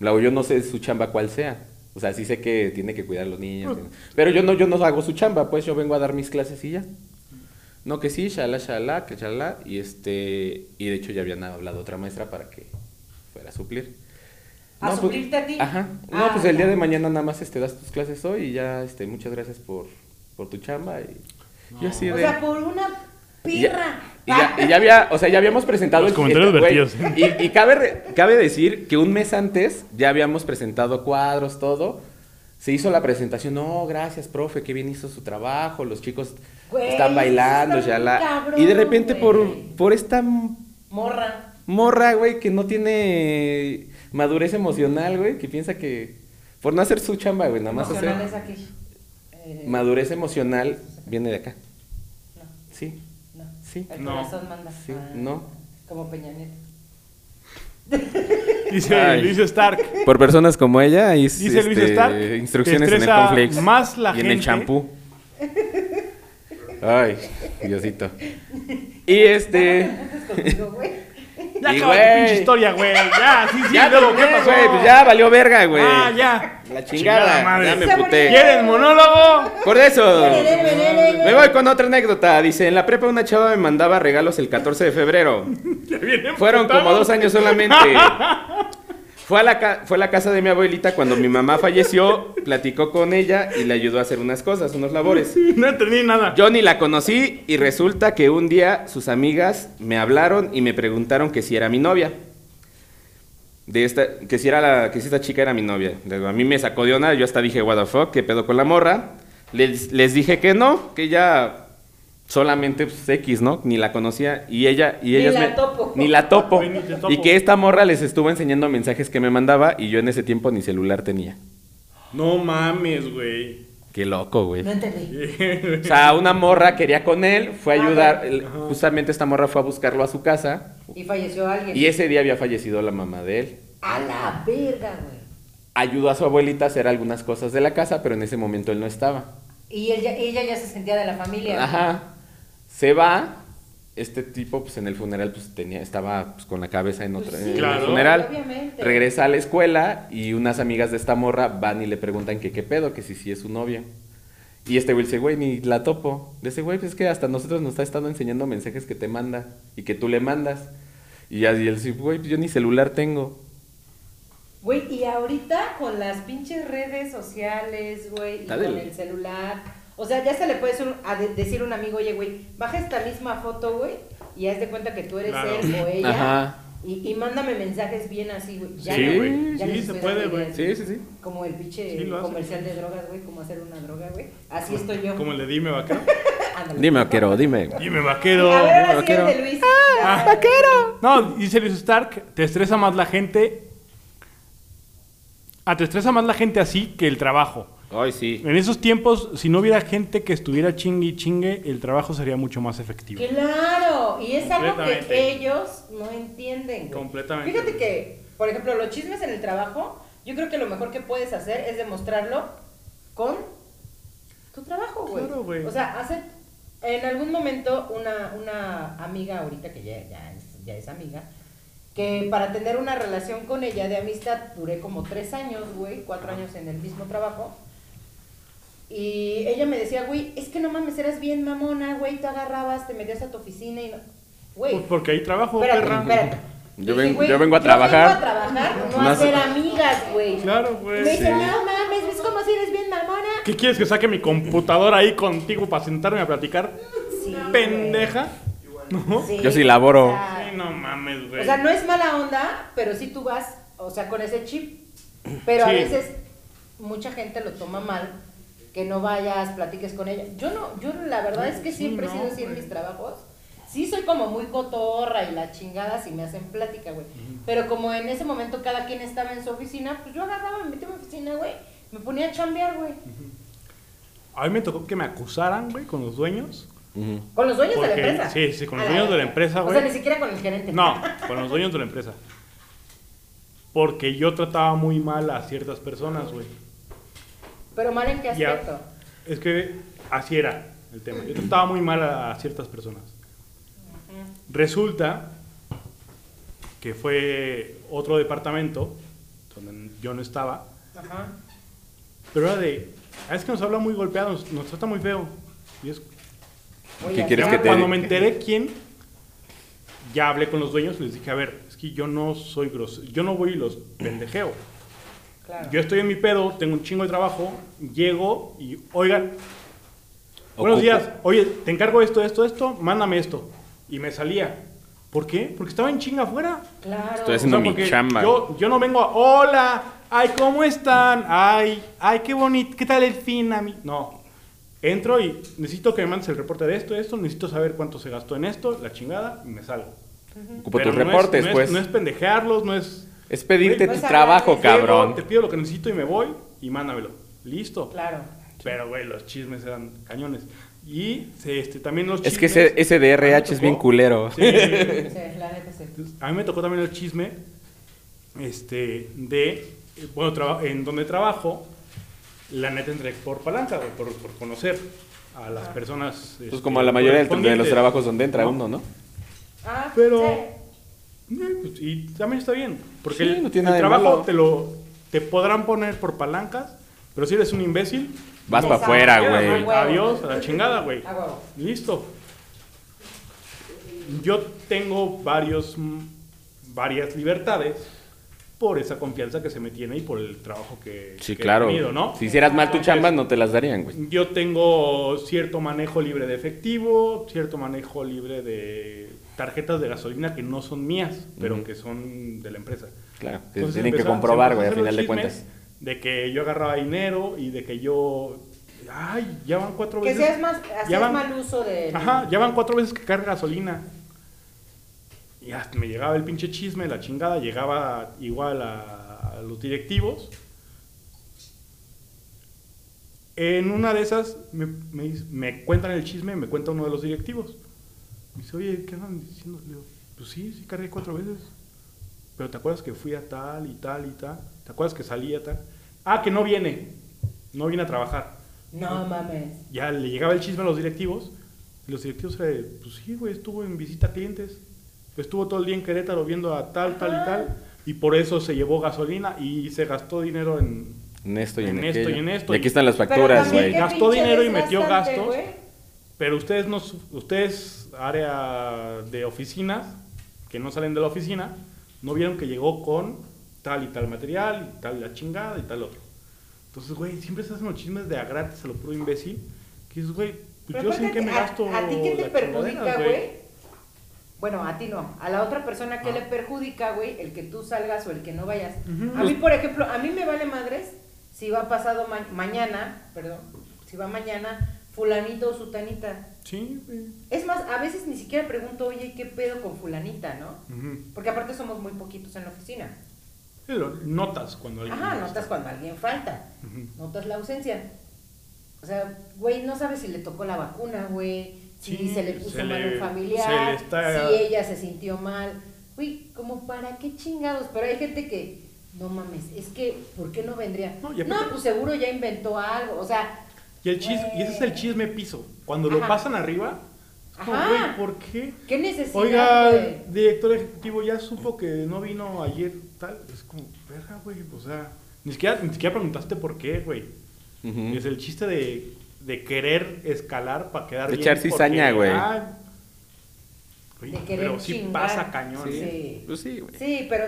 Luego, yo no sé su chamba cuál sea. O sea, sí sé que tiene que cuidar a los Mm. niños. tiene- Pero yo no, yo no hago su chamba, pues yo vengo a dar mis clases y ya. No, que sí, shalá, shalá, que shalá. Y este. Y de hecho ya habían hablado otra maestra para que fuera a suplir. ¿A pues- suplirte a ti? Ajá. No, Ah, pues el día ya. de mañana nada más este, das tus clases hoy y ya, este, muchas gracias por, por tu chamba. Y yo así O de- sea, por una y pirra. ya, y ya- y ya había, o sea, ya habíamos presentado Los el- comentarios güey, vertidos. ¿eh? Y, y cabe, re- cabe decir que un mes antes ya habíamos presentado cuadros, todo. Se hizo la presentación, no, gracias, profe, qué bien hizo su trabajo, los chicos Güey, están bailando, eso está ya la... muy y de cabrón, repente por, güey. por esta Morra. morra, güey, que no tiene madurez emocional, güey, que piensa que... Por no hacer su chamba, güey, nada más hacer... Emocional es aquí. Eh, Madurez emocional viene de acá. No. Sí. No. Sí. El No. corazón manda. Sí, Ah, no. Como Peña Nieto. Dice Ay. Luis Stark. Por personas como ella y Dice Luis Stark, instrucciones te en el estresa complex más la y en el gente. champú. Ay, Diosito. Y este Antes contigo, güey. Ya Y, acaba tu güey. pinche historia, güey. Ya, sí, sí. ya luego, ¿qué terminé, pasó? güey, pues ya valió verga, güey. Ah, ya. La chingada, Chingada madre. ya me Se puté. murió. ¿Quieren monólogo? Por eso. Me Me voy con otra anécdota. Dice, en la prepa una chava me mandaba regalos el 14 de febrero. Fueron como dos años solamente. Fue a, la ca- fue a la casa de mi abuelita cuando mi mamá falleció, platicó con ella y le ayudó a hacer unas cosas, unos labores. No entendí nada. Yo ni la conocí y resulta que un día sus amigas me hablaron y me preguntaron que si era mi novia. De esta, que si era la, que si esta chica era mi novia. Le digo, A mí me sacó de onda, yo hasta dije, what the fuck, qué pedo con la morra. Les, les dije que no, que ella solamente pues, X, ¿no? Ni la conocía y ella y Ni ellas la me- topo. ni la topo. Ni te topo. Y que esta morra les estuvo enseñando mensajes que me mandaba y yo en ese tiempo ni celular tenía. No mames, güey. Qué loco, güey. No entendí. O sea, una morra quería con él, fue a Ajá. ayudar, el- justamente esta morra fue a buscarlo a su casa Y falleció alguien. y ese día había fallecido la mamá de él. A la verga, güey. Ayudó a su abuelita a hacer algunas cosas de la casa, pero en ese momento él no estaba. Y él ya- ella ya se sentía de la familia. Ajá. Se va, este tipo pues en el funeral pues tenía estaba pues, con la cabeza en Pues otra sí, en Claro. el funeral. obviamente. Regresa a la escuela y unas amigas de esta morra van y le preguntan que qué pedo, que si sí es su novia. Y este güey dice, güey, ni la topo. De ese güey, pues es que hasta nosotros nos está estando enseñando mensajes que te manda y que tú le mandas. Y así él dice, güey, pues yo ni celular tengo. Güey, y ahorita con las pinches redes sociales, güey, y Está con del- el celular. O sea, ya se le puedes un- a de- decir a un amigo, oye, güey, baja esta misma foto, güey, y haz de cuenta que tú eres Claro. él o ella. Ajá. Y, y mándame mensajes bien así, güey. Ya Sí, no, güey. ya Sí, no se estoy puede, dando güey. ideas, Sí, sí, sí. Como el pinche Sí, lo hace. comercial de drogas, güey, como hacer una droga, güey. Así estoy yo. Como le dime vaquero. Ándale. Dime, quiero, dime. Dime A vaquero. Ah. ver, ahora sí vaquero. el de Luis. Ah. Ya. No, dice Luis Stark, te estresa más la gente. Ah, te estresa más la gente así que el trabajo. Ay, sí. En esos tiempos, si no hubiera gente que estuviera chingue y chingue, el trabajo sería mucho más efectivo. Claro, y es algo que Completamente. ellos no entienden. güey. Completamente. Fíjate que, por ejemplo, los chismes en el trabajo, yo creo que lo mejor que puedes hacer es demostrarlo con tu trabajo, güey. Claro, güey. O sea, hace en algún momento una, una amiga ahorita que ya, ya es, ya es amiga, que para tener una relación con ella de amistad duré como tres años, güey, cuatro años en el mismo trabajo. Y ella me decía, güey, es que no mames, eras bien mamona, güey, tú agarrabas, te metías a tu oficina y no... Güey, Pues porque ahí trabajo, espérate, perra. espérate. Yo Dije, ven- güey, yo vengo a trabajar. Yo vengo a trabajar, no a Más- ser amigas, güey. Claro, Me güey. dice, sí. no mames, ¿ves cómo si eres bien mamona? ¿Qué quieres que saque mi computadora ahí contigo para sentarme a platicar? Sí, güey. Pendeja. ¿No? Sí. Yo sí laboro. O sea, Ay, no mames, güey. O sea, no es mala onda, pero sí tú vas, o sea, con ese chip. Pero a Sí. veces mucha gente lo toma mal, que no vayas, platiques con ella. Yo no, yo la verdad es que Sí, siempre he no, sido así en güey. mis trabajos. Sí soy como muy cotorra y la chingada si me hacen plática, güey. Pero como en ese momento cada quien estaba en su oficina, pues yo agarraba, me metía a mi oficina, güey. Me ponía a chambear, güey. A mí me tocó que me acusaran, güey, con los dueños. Ujú. Con los dueños de Porque- la empresa. sí, sí, con los A la dueños de la verga. empresa, O güey. sea, ni siquiera con el gerente. No, con los dueños de la empresa. Porque yo trataba muy mal a ciertas personas, güey. Pero mal en qué Ya. aspecto. Es que así era el tema. Yo trataba muy mal a ciertas personas. Resulta que fue otro departamento donde yo no estaba, Ajá. pero era de, "Ah, es que nos habla muy golpeado, nos, nos trata muy feo. Y es, Oye, ¿Qué así quieres ya que te cuando diga? me enteré quién, ya hablé con los dueños y les dije, a ver, es que yo no soy grosero, yo no voy y los pendejeo. Claro. Yo estoy en mi pedo, tengo un chingo de trabajo, llego y, oigan, buenos Ocupo. días, oye, te encargo esto, esto, esto, mándame esto. Y me salía. ¿Por qué? Porque estaba en chinga afuera. Claro. Estoy haciendo mi porque chamba. Yo, yo no vengo a, hola, ay, ¿cómo están? Ay, ay, qué bonito, ¿qué tal el fin a mí? No. Entro y necesito que me mandes el reporte de esto, de esto, necesito saber cuánto se gastó en esto, la chingada, y me salgo. Ocupo Pero tus no es- reportes, no es- pues. no es pendejearlos, no es Es pedirte No es tu hablar, trabajo, es- Llego, cabrón. Te pido lo que necesito y me voy y mándamelo. Listo. Claro. Pero, güey, los chismes eran cañones. Y se- este, también los chismes. Es que ese, ese A mí DRH me es bien tocó- culero. Sí, sí, Sí, la neta sí. sí. A mí me tocó también el chisme este, de. eh, Bueno, traba- en donde trabajo, la neta entré por palanca, güey, por, por conocer a las personas. este, Pues como la mayoría del- de los trabajos donde entra No. uno, ¿no? Ah, Pero- sí. Eh, pues, Y también está bien, porque Sí, el, no tiene el nada de malo. trabajo te lo te podrán poner por palancas, pero si eres un imbécil, Vas no, pa' te afuera, quedas, güey. Adiós, a la chingada, güey. A huevo. Listo. Yo tengo varios mm, varias libertades por esa confianza que se me tiene y por el trabajo que, Sí, que claro. he tenido, ¿no? Si hicieras mal tu Entonces, chamba, no te las darían, güey. yo tengo cierto manejo libre de efectivo, cierto manejo libre de tarjetas de gasolina que no son mías, pero Ujú. que son de la empresa. Claro, que Entonces tienen que empezaron- comprobar, se güey, a empezaron final de los cuentas. chismes De que yo agarraba dinero y de que yo... Ay, ya van cuatro Que veces... seas más, ya hacías van- mal uso de... Ajá, ya van cuatro veces que carga gasolina. Y hasta me llegaba el pinche chisme, la chingada, llegaba igual a, a los directivos. En una de esas me, me dice- me cuentan el chisme, me cuenta uno de los directivos. Me dice, oye, ¿qué andan diciendo? Le digo, pues sí, sí cargué cuatro veces. Pero ¿te acuerdas que fui a tal y tal y tal? ¿Te acuerdas que salí a tal? Ah, que no viene. No viene a trabajar No mames. ya le llegaba el chisme a los directivos. Y los directivos era de, pues sí, güey, estuvo en visita a clientes. pues Estuvo todo el día en Querétaro viendo a tal, tal y tal. Y por eso se llevó gasolina y se gastó dinero en... En esto y en, En esto y aquello. en esto. Y aquí están las Pero facturas, también güey. qué Gastó pinche dinero y metió desgastante, gastos. Pues güey. Pero ustedes, no, su- ustedes, área de oficinas, que no salen de la oficina, no vieron que llegó con tal y tal material, y tal la chingada y tal otro. Entonces, güey, siempre se hacen los chismes de a gratis a lo puro imbécil. Que es, güey, pues Pero yo sé en aparte, qué me a- gasto ¿A, ti qué te las perjudica, chingaderas, güey? Bueno, a ti no. A la otra persona, ¿qué Ah. le perjudica, güey? El que tú salgas o el que no vayas. Ujú. A mí, por ejemplo, a mí me vale madres si va pasado ma- mañana, perdón, si va mañana fulanito o sutanita. Sí, güey. Es más, a veces ni siquiera pregunto, oye, ¿qué pedo con fulanita, no? Ujú. Porque aparte somos muy poquitos en la oficina. Sí, lo notas cuando alguien. Ajá, no notas está. cuando alguien falta, Ujú. notas la ausencia. O sea, güey, no sabes si le tocó la vacuna, güey, si Sí, se le puso se mal le- un se familiar, le está- si ella se sintió mal. Güey, como para qué chingados, pero hay gente que, no mames, es que, ¿por qué no vendría? No, No, y aparte- pues seguro ya inventó algo, o sea, Y, el chis- y ese es el chisme piso. Cuando lo Eh. Ajá. pasan arriba, es Ajá. güey, ¿por qué? ¿Qué necesidad? Oiga, güey? director ejecutivo, ya supo que no vino ayer, tal. Es como, verga, güey, o sea, ni siquiera, ni siquiera preguntaste por qué, güey. Ujú. Es el chiste de, de querer escalar para quedar De bien. echar porque, cizaña, güey. ah, oye, De querer pero sí chingar. pasa cañón, Sí. ¿eh? Sí. Pues sí, güey. Sí, pero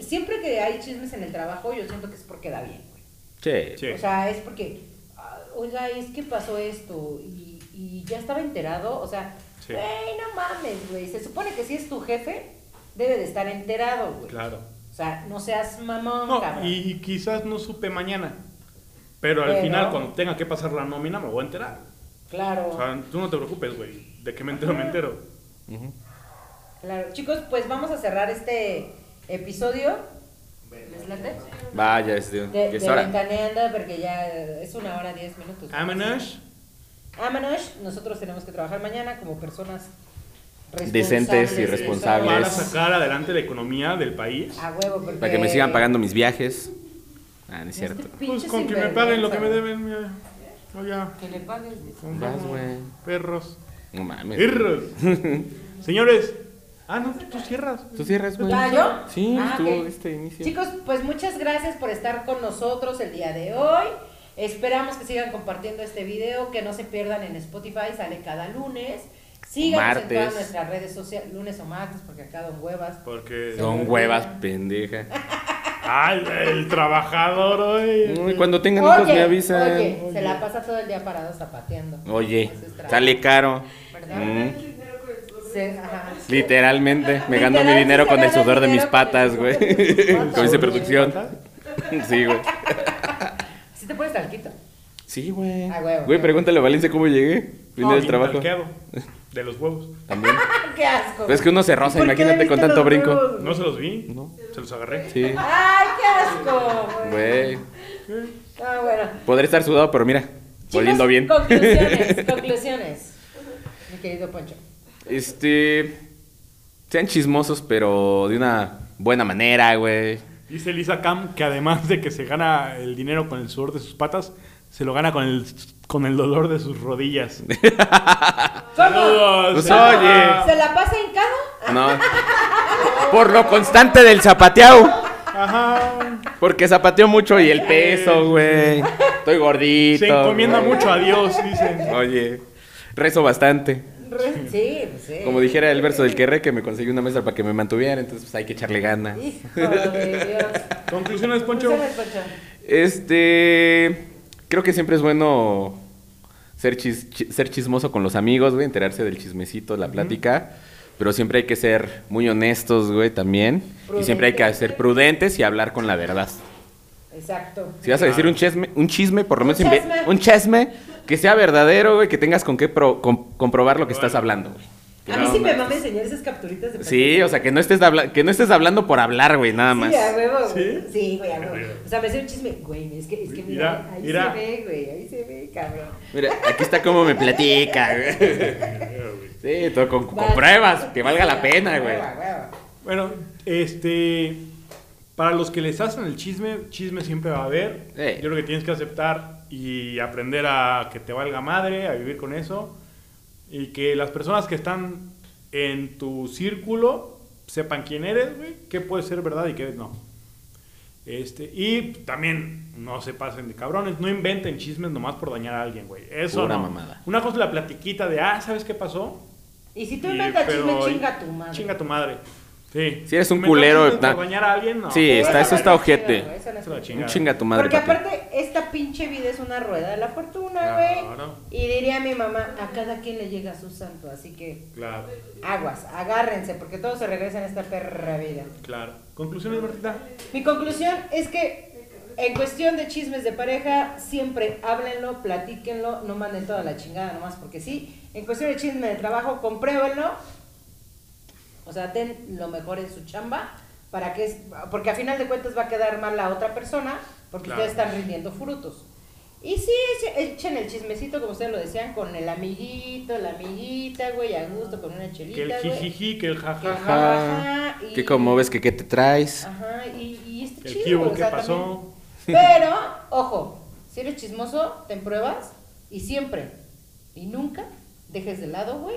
siempre que hay chismes en el trabajo, yo siento que es porque da bien, güey. Che. Sí. O sea, es porque, ah, oiga, es que pasó esto y, y ya estaba enterado. O sea, Sí. güey, no mames, güey. Se supone que si es tu jefe, debe de estar enterado, güey. Claro. O sea, no seas mamón, No, cabrón. y, y quizás no supe mañana. Pero al Pero- final, cuando tenga que pasar la nómina, me voy a enterar. Claro. O sea, tú no te preocupes, güey. De que me entero, me entero. Claro, chicos, pues vamos a cerrar este episodio. ¿Les late? Vaya, es, de, De, es de hora. ventaneando, porque ya es una hora diez minutos. Ah, Amanash. Amanosh, nosotros tenemos que trabajar mañana como personas Decentes y responsables. responsables. Van a sacar adelante la economía del país. A huevo, porque... Para que me sigan pagando mis viajes. Ah, no es cierto. Este pinche Pues con que me sinvergüenza. paguen lo que me deben, mira. No, ya. Que le pagues. dice. Con- Vas, güey. Perros. No mames. Perros. Señores. Ah, no, tú cierras. ¿Tú cierras, güey? ¿Ah, yo? Sí, Ah, tú, ok. este inicio. Chicos, pues muchas gracias por estar con nosotros el día de hoy. Esperamos que sigan compartiendo este video, que no se pierdan en Spotify, sale cada lunes. Síganos en Martes. todas nuestras redes sociales, lunes o martes, porque acá don huevas. Porque. Son huevas, pendeja. Ay, el trabajador hoy. Uy, Cuando tengan hijos me avisan. oye, se la pasa todo el día parado zapateando. Oye, Eso Pues es trabajo, sale caro. ¿verdad? Mm, Se- ajá. literalmente, me gano mi Literal, dinero sí con se el gana sudor de mis dinero con el patas, sudor güey. de tus patas, Como dice güey. producción. Sí, güey. ¿Sí te pones talquito? Sí, güey. Ah, güey, Güey, ok. pregúntale a Valencia cómo llegué. Vine No, del bien trabajo. talqueado, De los huevos. También. ¡Qué asco! Pero es que uno se roza, ¿Y por qué imagínate, le con viste tanto los brinco. huevos? No se los vi. No. Se los agarré. Sí, ¡Ay, qué asco! güey. Ah, bueno. Podré estar sudado, pero mira, oliendo Chicos, bien. Conclusiones, conclusiones. Mi querido Poncho. Este. Sean chismosos, pero de una buena manera, güey. Dice Lisa Cam que además de que se gana el dinero con el sudor de sus patas, se lo gana con el, con el dolor de sus rodillas. ¿Cómo? Pues, Saludos. ¿Se la pasa en cada? No. Por lo constante del zapateado. Ajá. Porque zapateo mucho y el peso, güey. Estoy gordito. Se encomienda güey. mucho a Dios, dicen. Oye, rezo bastante. Sí, pues sí. Como dijera el verso del querré que me conseguí una mesa para que me mantuviera, entonces pues hay que echarle ganas. Hijo de Dios. Conclusiones, Poncho. Conclusiones, Poncho. Este, creo que siempre es bueno ser, chis- chi- ser chismoso con los amigos, güey, enterarse del chismecito, la plática, pero siempre hay que ser muy honestos, güey, también. Y siempre hay que Prudentes. ser prudentes y hablar con la verdad. Exacto. Si vas a decir un chisme, un chisme, por lo Ah. Un menos inve- chisme. un chisme que sea verdadero, güey, que tengas con qué pro- com- comprobar lo que estás hablando, güey. Que A mí no sí me mames. mama enseñar esas capturitas de Sí, o sea, que no estés habla- que no estés hablando por hablar, güey, nada más. Sí, a huevo, güey. ¿Sí? Sí, güey, a huevo. Mira. O sea, me hace un chisme. Güey, es que, es que mira, Mira, ahí mira. se ve, güey. Ahí se ve, cabrón. Mira, aquí está como me platica, güey. Sí, todo con, con pruebas, que valga la pena, güey. A huevo. Bueno, este. Para los que les hacen el chisme, chisme siempre va a haber. Sí. Yo creo que tienes que aceptar y aprender a que te valga madre, a vivir con eso. Y que las personas que están en tu círculo sepan quién eres, güey, qué puede ser verdad y qué no. Este, y también no se pasen de cabrones, no inventen chismes nomás por dañar a alguien, güey. Eso Pura no. mamada. Una cosa es la platiquita de, ah, ¿sabes qué pasó? Y si tú Y- inventas pero- chisme, chinga tu madre. Chinga tu madre. Sí. Si eres un Inventar culero, chismes na- por dañar a alguien, no. Sí, está- eso está no es chido, ojete. güey, eso no es Eso la chido. chingada. Un chinga tu madre. Porque papi. aparte, esta pinche vida es una rueda de la fortuna, güey. Claro. Y diría mi mamá, a cada quien le llega su santo, así que Claro, aguas, agárrense, porque todo se regresa en esta perra vida. claro. Conclusiones, Martita. Mi conclusión es que en cuestión de chismes de pareja, siempre háblenlo, platíquenlo, no manden toda la chingada nomás porque sí. En cuestión de chisme de trabajo, compruébenlo. O sea, den lo mejor en su chamba para que es, porque a final de cuentas va a quedar mal la otra persona porque Claro. ustedes están rindiendo frutos. Y sí, eche- echen el chismecito, como ustedes lo decían, con el amiguito, la amiguita, güey, a gusto, con una Que el chelita, güey. jijiji, que el Que el jajaja, Ajá. jajaja, y- Que como ves que qué te traes. Ajá, y, y está que el chido. kibo, o que sea, también. pasó. Pero, ojo, si eres chismoso, ten pruebas y siempre y nunca dejes de lado, güey,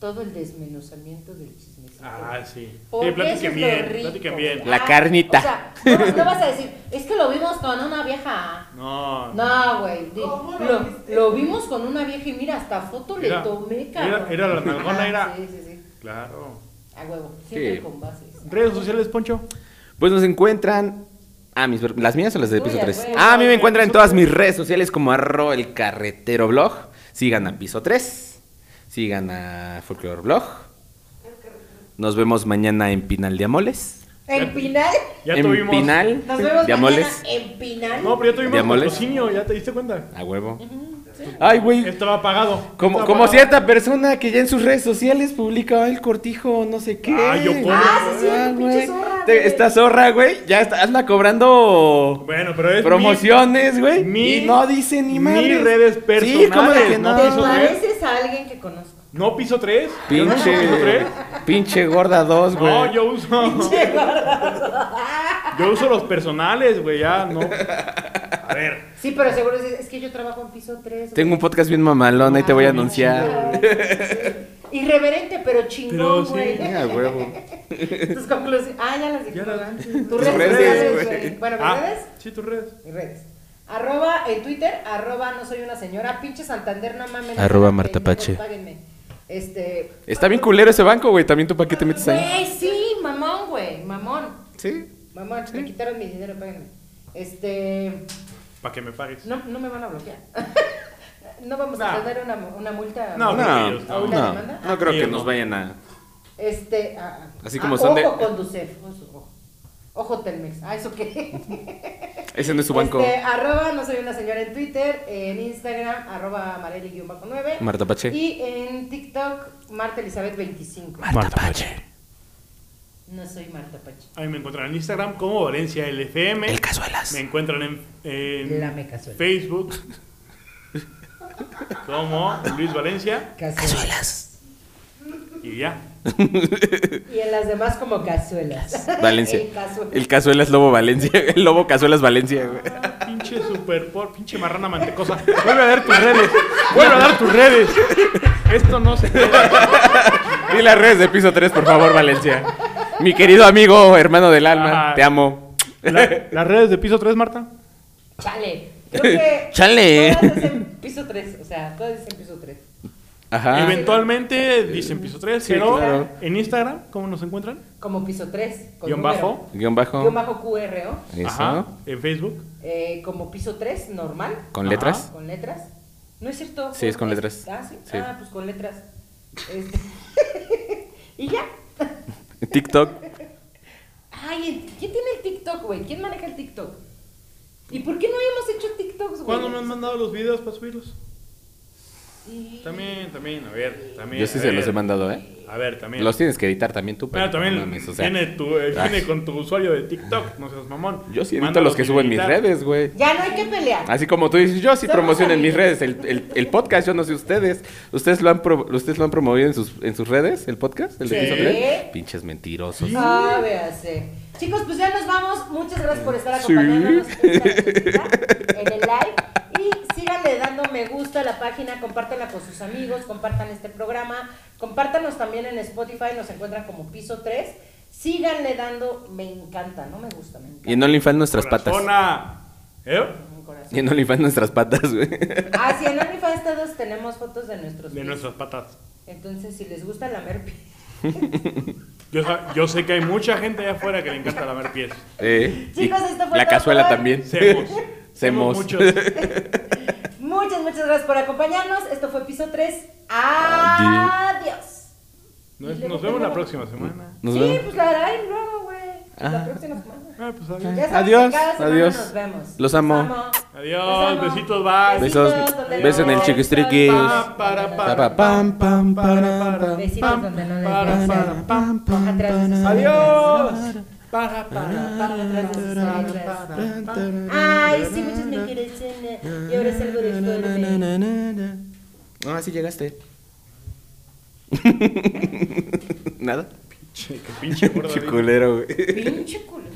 todo el desmenuzamiento del chismecito. Ah, sí. Porque eso Sí, es platiquen lo bien, rico. platiquen bien. La carnita. O sea, no, no vas a decir, es que lo vimos con una vieja. No. No, güey. di- ¿Cómo lo Lo, viste? lo vimos con una vieja y mira, hasta foto le Era- tomé, era- cabrón. era la nalgona, Ajá, era- Sí, sí, sí. Claro. A huevo. Siempre Sí. con bases. Redes sociales, Poncho. Pues nos encuentran. Ah, mis, ¿las mías o las de piso Tuyas, 3? güey. Ah, a mí me encuentran en todas mis redes sociales como arro el carretero blog. Sigan a piso 3. Sigan a folklore blog. Nos vemos mañana en Pinal de Amoles. En Pinal. Ya en tuvimos. Pinal Nos vemos de Amoles. mañana en Pinal. No, pero ya ¿De tuvimos Amoles? patrocinio, ya te diste cuenta. A huevo. Ay, güey. Estaba pagado. Como, Estaba como pagado. cierta persona que ya en sus redes sociales publica el cortijo, no sé qué. Ah, yo cobro. Ah, sí, sí, pinche güey. zorra, Te- güey. Esta zorra, güey. Ya está, anda cobrando. Bueno, pero es. mi- promociones, güey. mi- Y no dice ni mi más. redes Sí, ¿cómo de que personales, no? no ¿Te piso pareces a alguien que conozco? No piso 3. Pinche. piso 3. Pinche gorda 2, güey. No, yo uso. yo uso los personales, güey, ya, no. A ver. Sí, pero seguro es, es que yo trabajo en piso 3. Tengo un podcast bien mamalón, ahí te voy a anunciar. Irreverente, pero Pero chingón, sí. güey. Ah, huevo. Tus conclusiones. Ah, ya las dije. Ya las- ¿verdad? Tus Tus redes redes, sociales, güey. güey. Bueno, ¿mis Ah, redes? Sí, tus redes. Mis redes. Arroba en Twitter, arroba no soy una señora, pinche Santander, no mames. Arroba no, Marta pendejo, Pache. Páguenme. Este. Está bien culero ese banco, güey. También tú para qué te metes ahí. Güey, sí, mamón, güey. Mamón. Sí. Mamón, me quitaron mi dinero, páguenme. Este. Para que me pagues. No, no me van a bloquear. no vamos a No. tener una, una multa. No, No, ellos no. no, no creo que nos vayan a. Este, ah, ah, Así ah, como son de- Ojo con Ducef, ojo, ojo. Ojo Telmex. Ah, eso qué. Ese no es su banco. Este, arroba no soy una señora en Twitter, en Instagram, arroba Mareli-9. Marta Pache. Y en TikTok, Marta Elizabeth 25. Marta Pache. No soy Marta Pache. A mí me encuentran en Instagram como Valencia LFM. El Cazuelas. Me encuentran en, en La me casuela. Facebook como Luis Valencia Cazuela. y ya. Y en las demás como cazuelas. Valencia. El cazuela. El Cazuelas Lobo Valencia. El Lobo Cazuelas Valencia, güey. Pinche super por, pinche marrana mantecosa. Vuelve a dar tus redes. Vuelve a dar tus redes. Esto no se puede. Y las redes de piso 3, por favor, Valencia. Mi querido amigo, hermano del alma, Ajá. te amo. La- las redes de piso 3, Marta. Chale. Creo que Chale. Todas dicen piso 3. O sea, todas dicen piso 3. Ajá. Eventualmente dicen piso 3, Ah. Sí, pero claro. en Instagram, ¿cómo nos encuentran? Como piso 3. Guión bajo. Guión bajo. Guión bajo QRO. Eso. Ajá. En Facebook. Eh, como piso 3, normal. Con Ajá. letras. Con letras. ¿No es cierto? Sí, es con letras. Ah, sí. Sí. Ah, pues con letras. Este, y ya. TikTok. Ay, ¿quién tiene el TikTok, güey? ¿Quién maneja el TikTok? ¿Y por qué no habíamos hecho TikToks, güey? ¿Cuándo me han mandado los videos para subirlos? Y- También, también, a ver, también. Yo sí a se ver. los he mandado, ¿eh? A ver, también. Los tienes que editar también tú, Pero también no mames, o sea, viene, tu, eh, ay. viene con tu usuario de TikTok, no seas mamón. Yo sí edito Mándalos los que subo en mis editar. redes, güey. Ya no hay que pelear. Así como tú dices, yo sí Somos promociono en mis amigos. redes el, el- el podcast, yo no sé ustedes. ¿Ustedes lo han, pro- ustedes lo han promovido en sus, en sus redes, el podcast? ¿El de Sí. Piso Tres? Pinches mentirosos. Sí. Ah, véase. Chicos, pues ya nos vamos. Muchas gracias por estar acompañándonos esta nochecita en el live. Y síganle dando me gusta a la página, compártanla con sus amigos, compartan este programa, compártanos también en Spotify, nos encuentran como piso 3. Síganle dando me encanta, no me gusta, me encanta. Y en OnlyFans nuestras patas. Corazona. ¿Eh? Un corazón. Y en OnlyFans nuestras patas, güey. Ah, sí, en OnlyFans todos tenemos fotos de nuestros De pies. nuestras patas. Entonces, si les gusta la merpi, Yo, sa- yo sé que hay mucha gente allá afuera que le encanta lamer pies. Eh, y Chicos, esto fue la todo cazuela por hoy. también. Semos. Semos. Muchos. muchas, muchas gracias por acompañarnos. Esto fue piso 3. Adi- Adiós. Nos, nos vemos la próxima semana. Nos sí, vemos. pues la hará y luego, güey. Ah. La próxima semana. Ah, pues adiós. Ya sabes Adiós, que cada semana adiós. Nos vemos. Los amo. Adiós, besitos, bye. Besos. donde Besos en el no- chiquistriquis. Pa, para, Pa, para, pa, pam, pam, para, para. Besitos donde no les Para, vean. para, pam, pam. Atrás de sus Adiós. Para, para, para, Atrás de sus para, orejas. para, para. Ay, sí, muchos me quieren cena. Ah, Y ahora salgo de Stormy. No, así Ah, llegaste. Nada. Che, qué pinche gordo. Chiculero, güey. Pinche culo.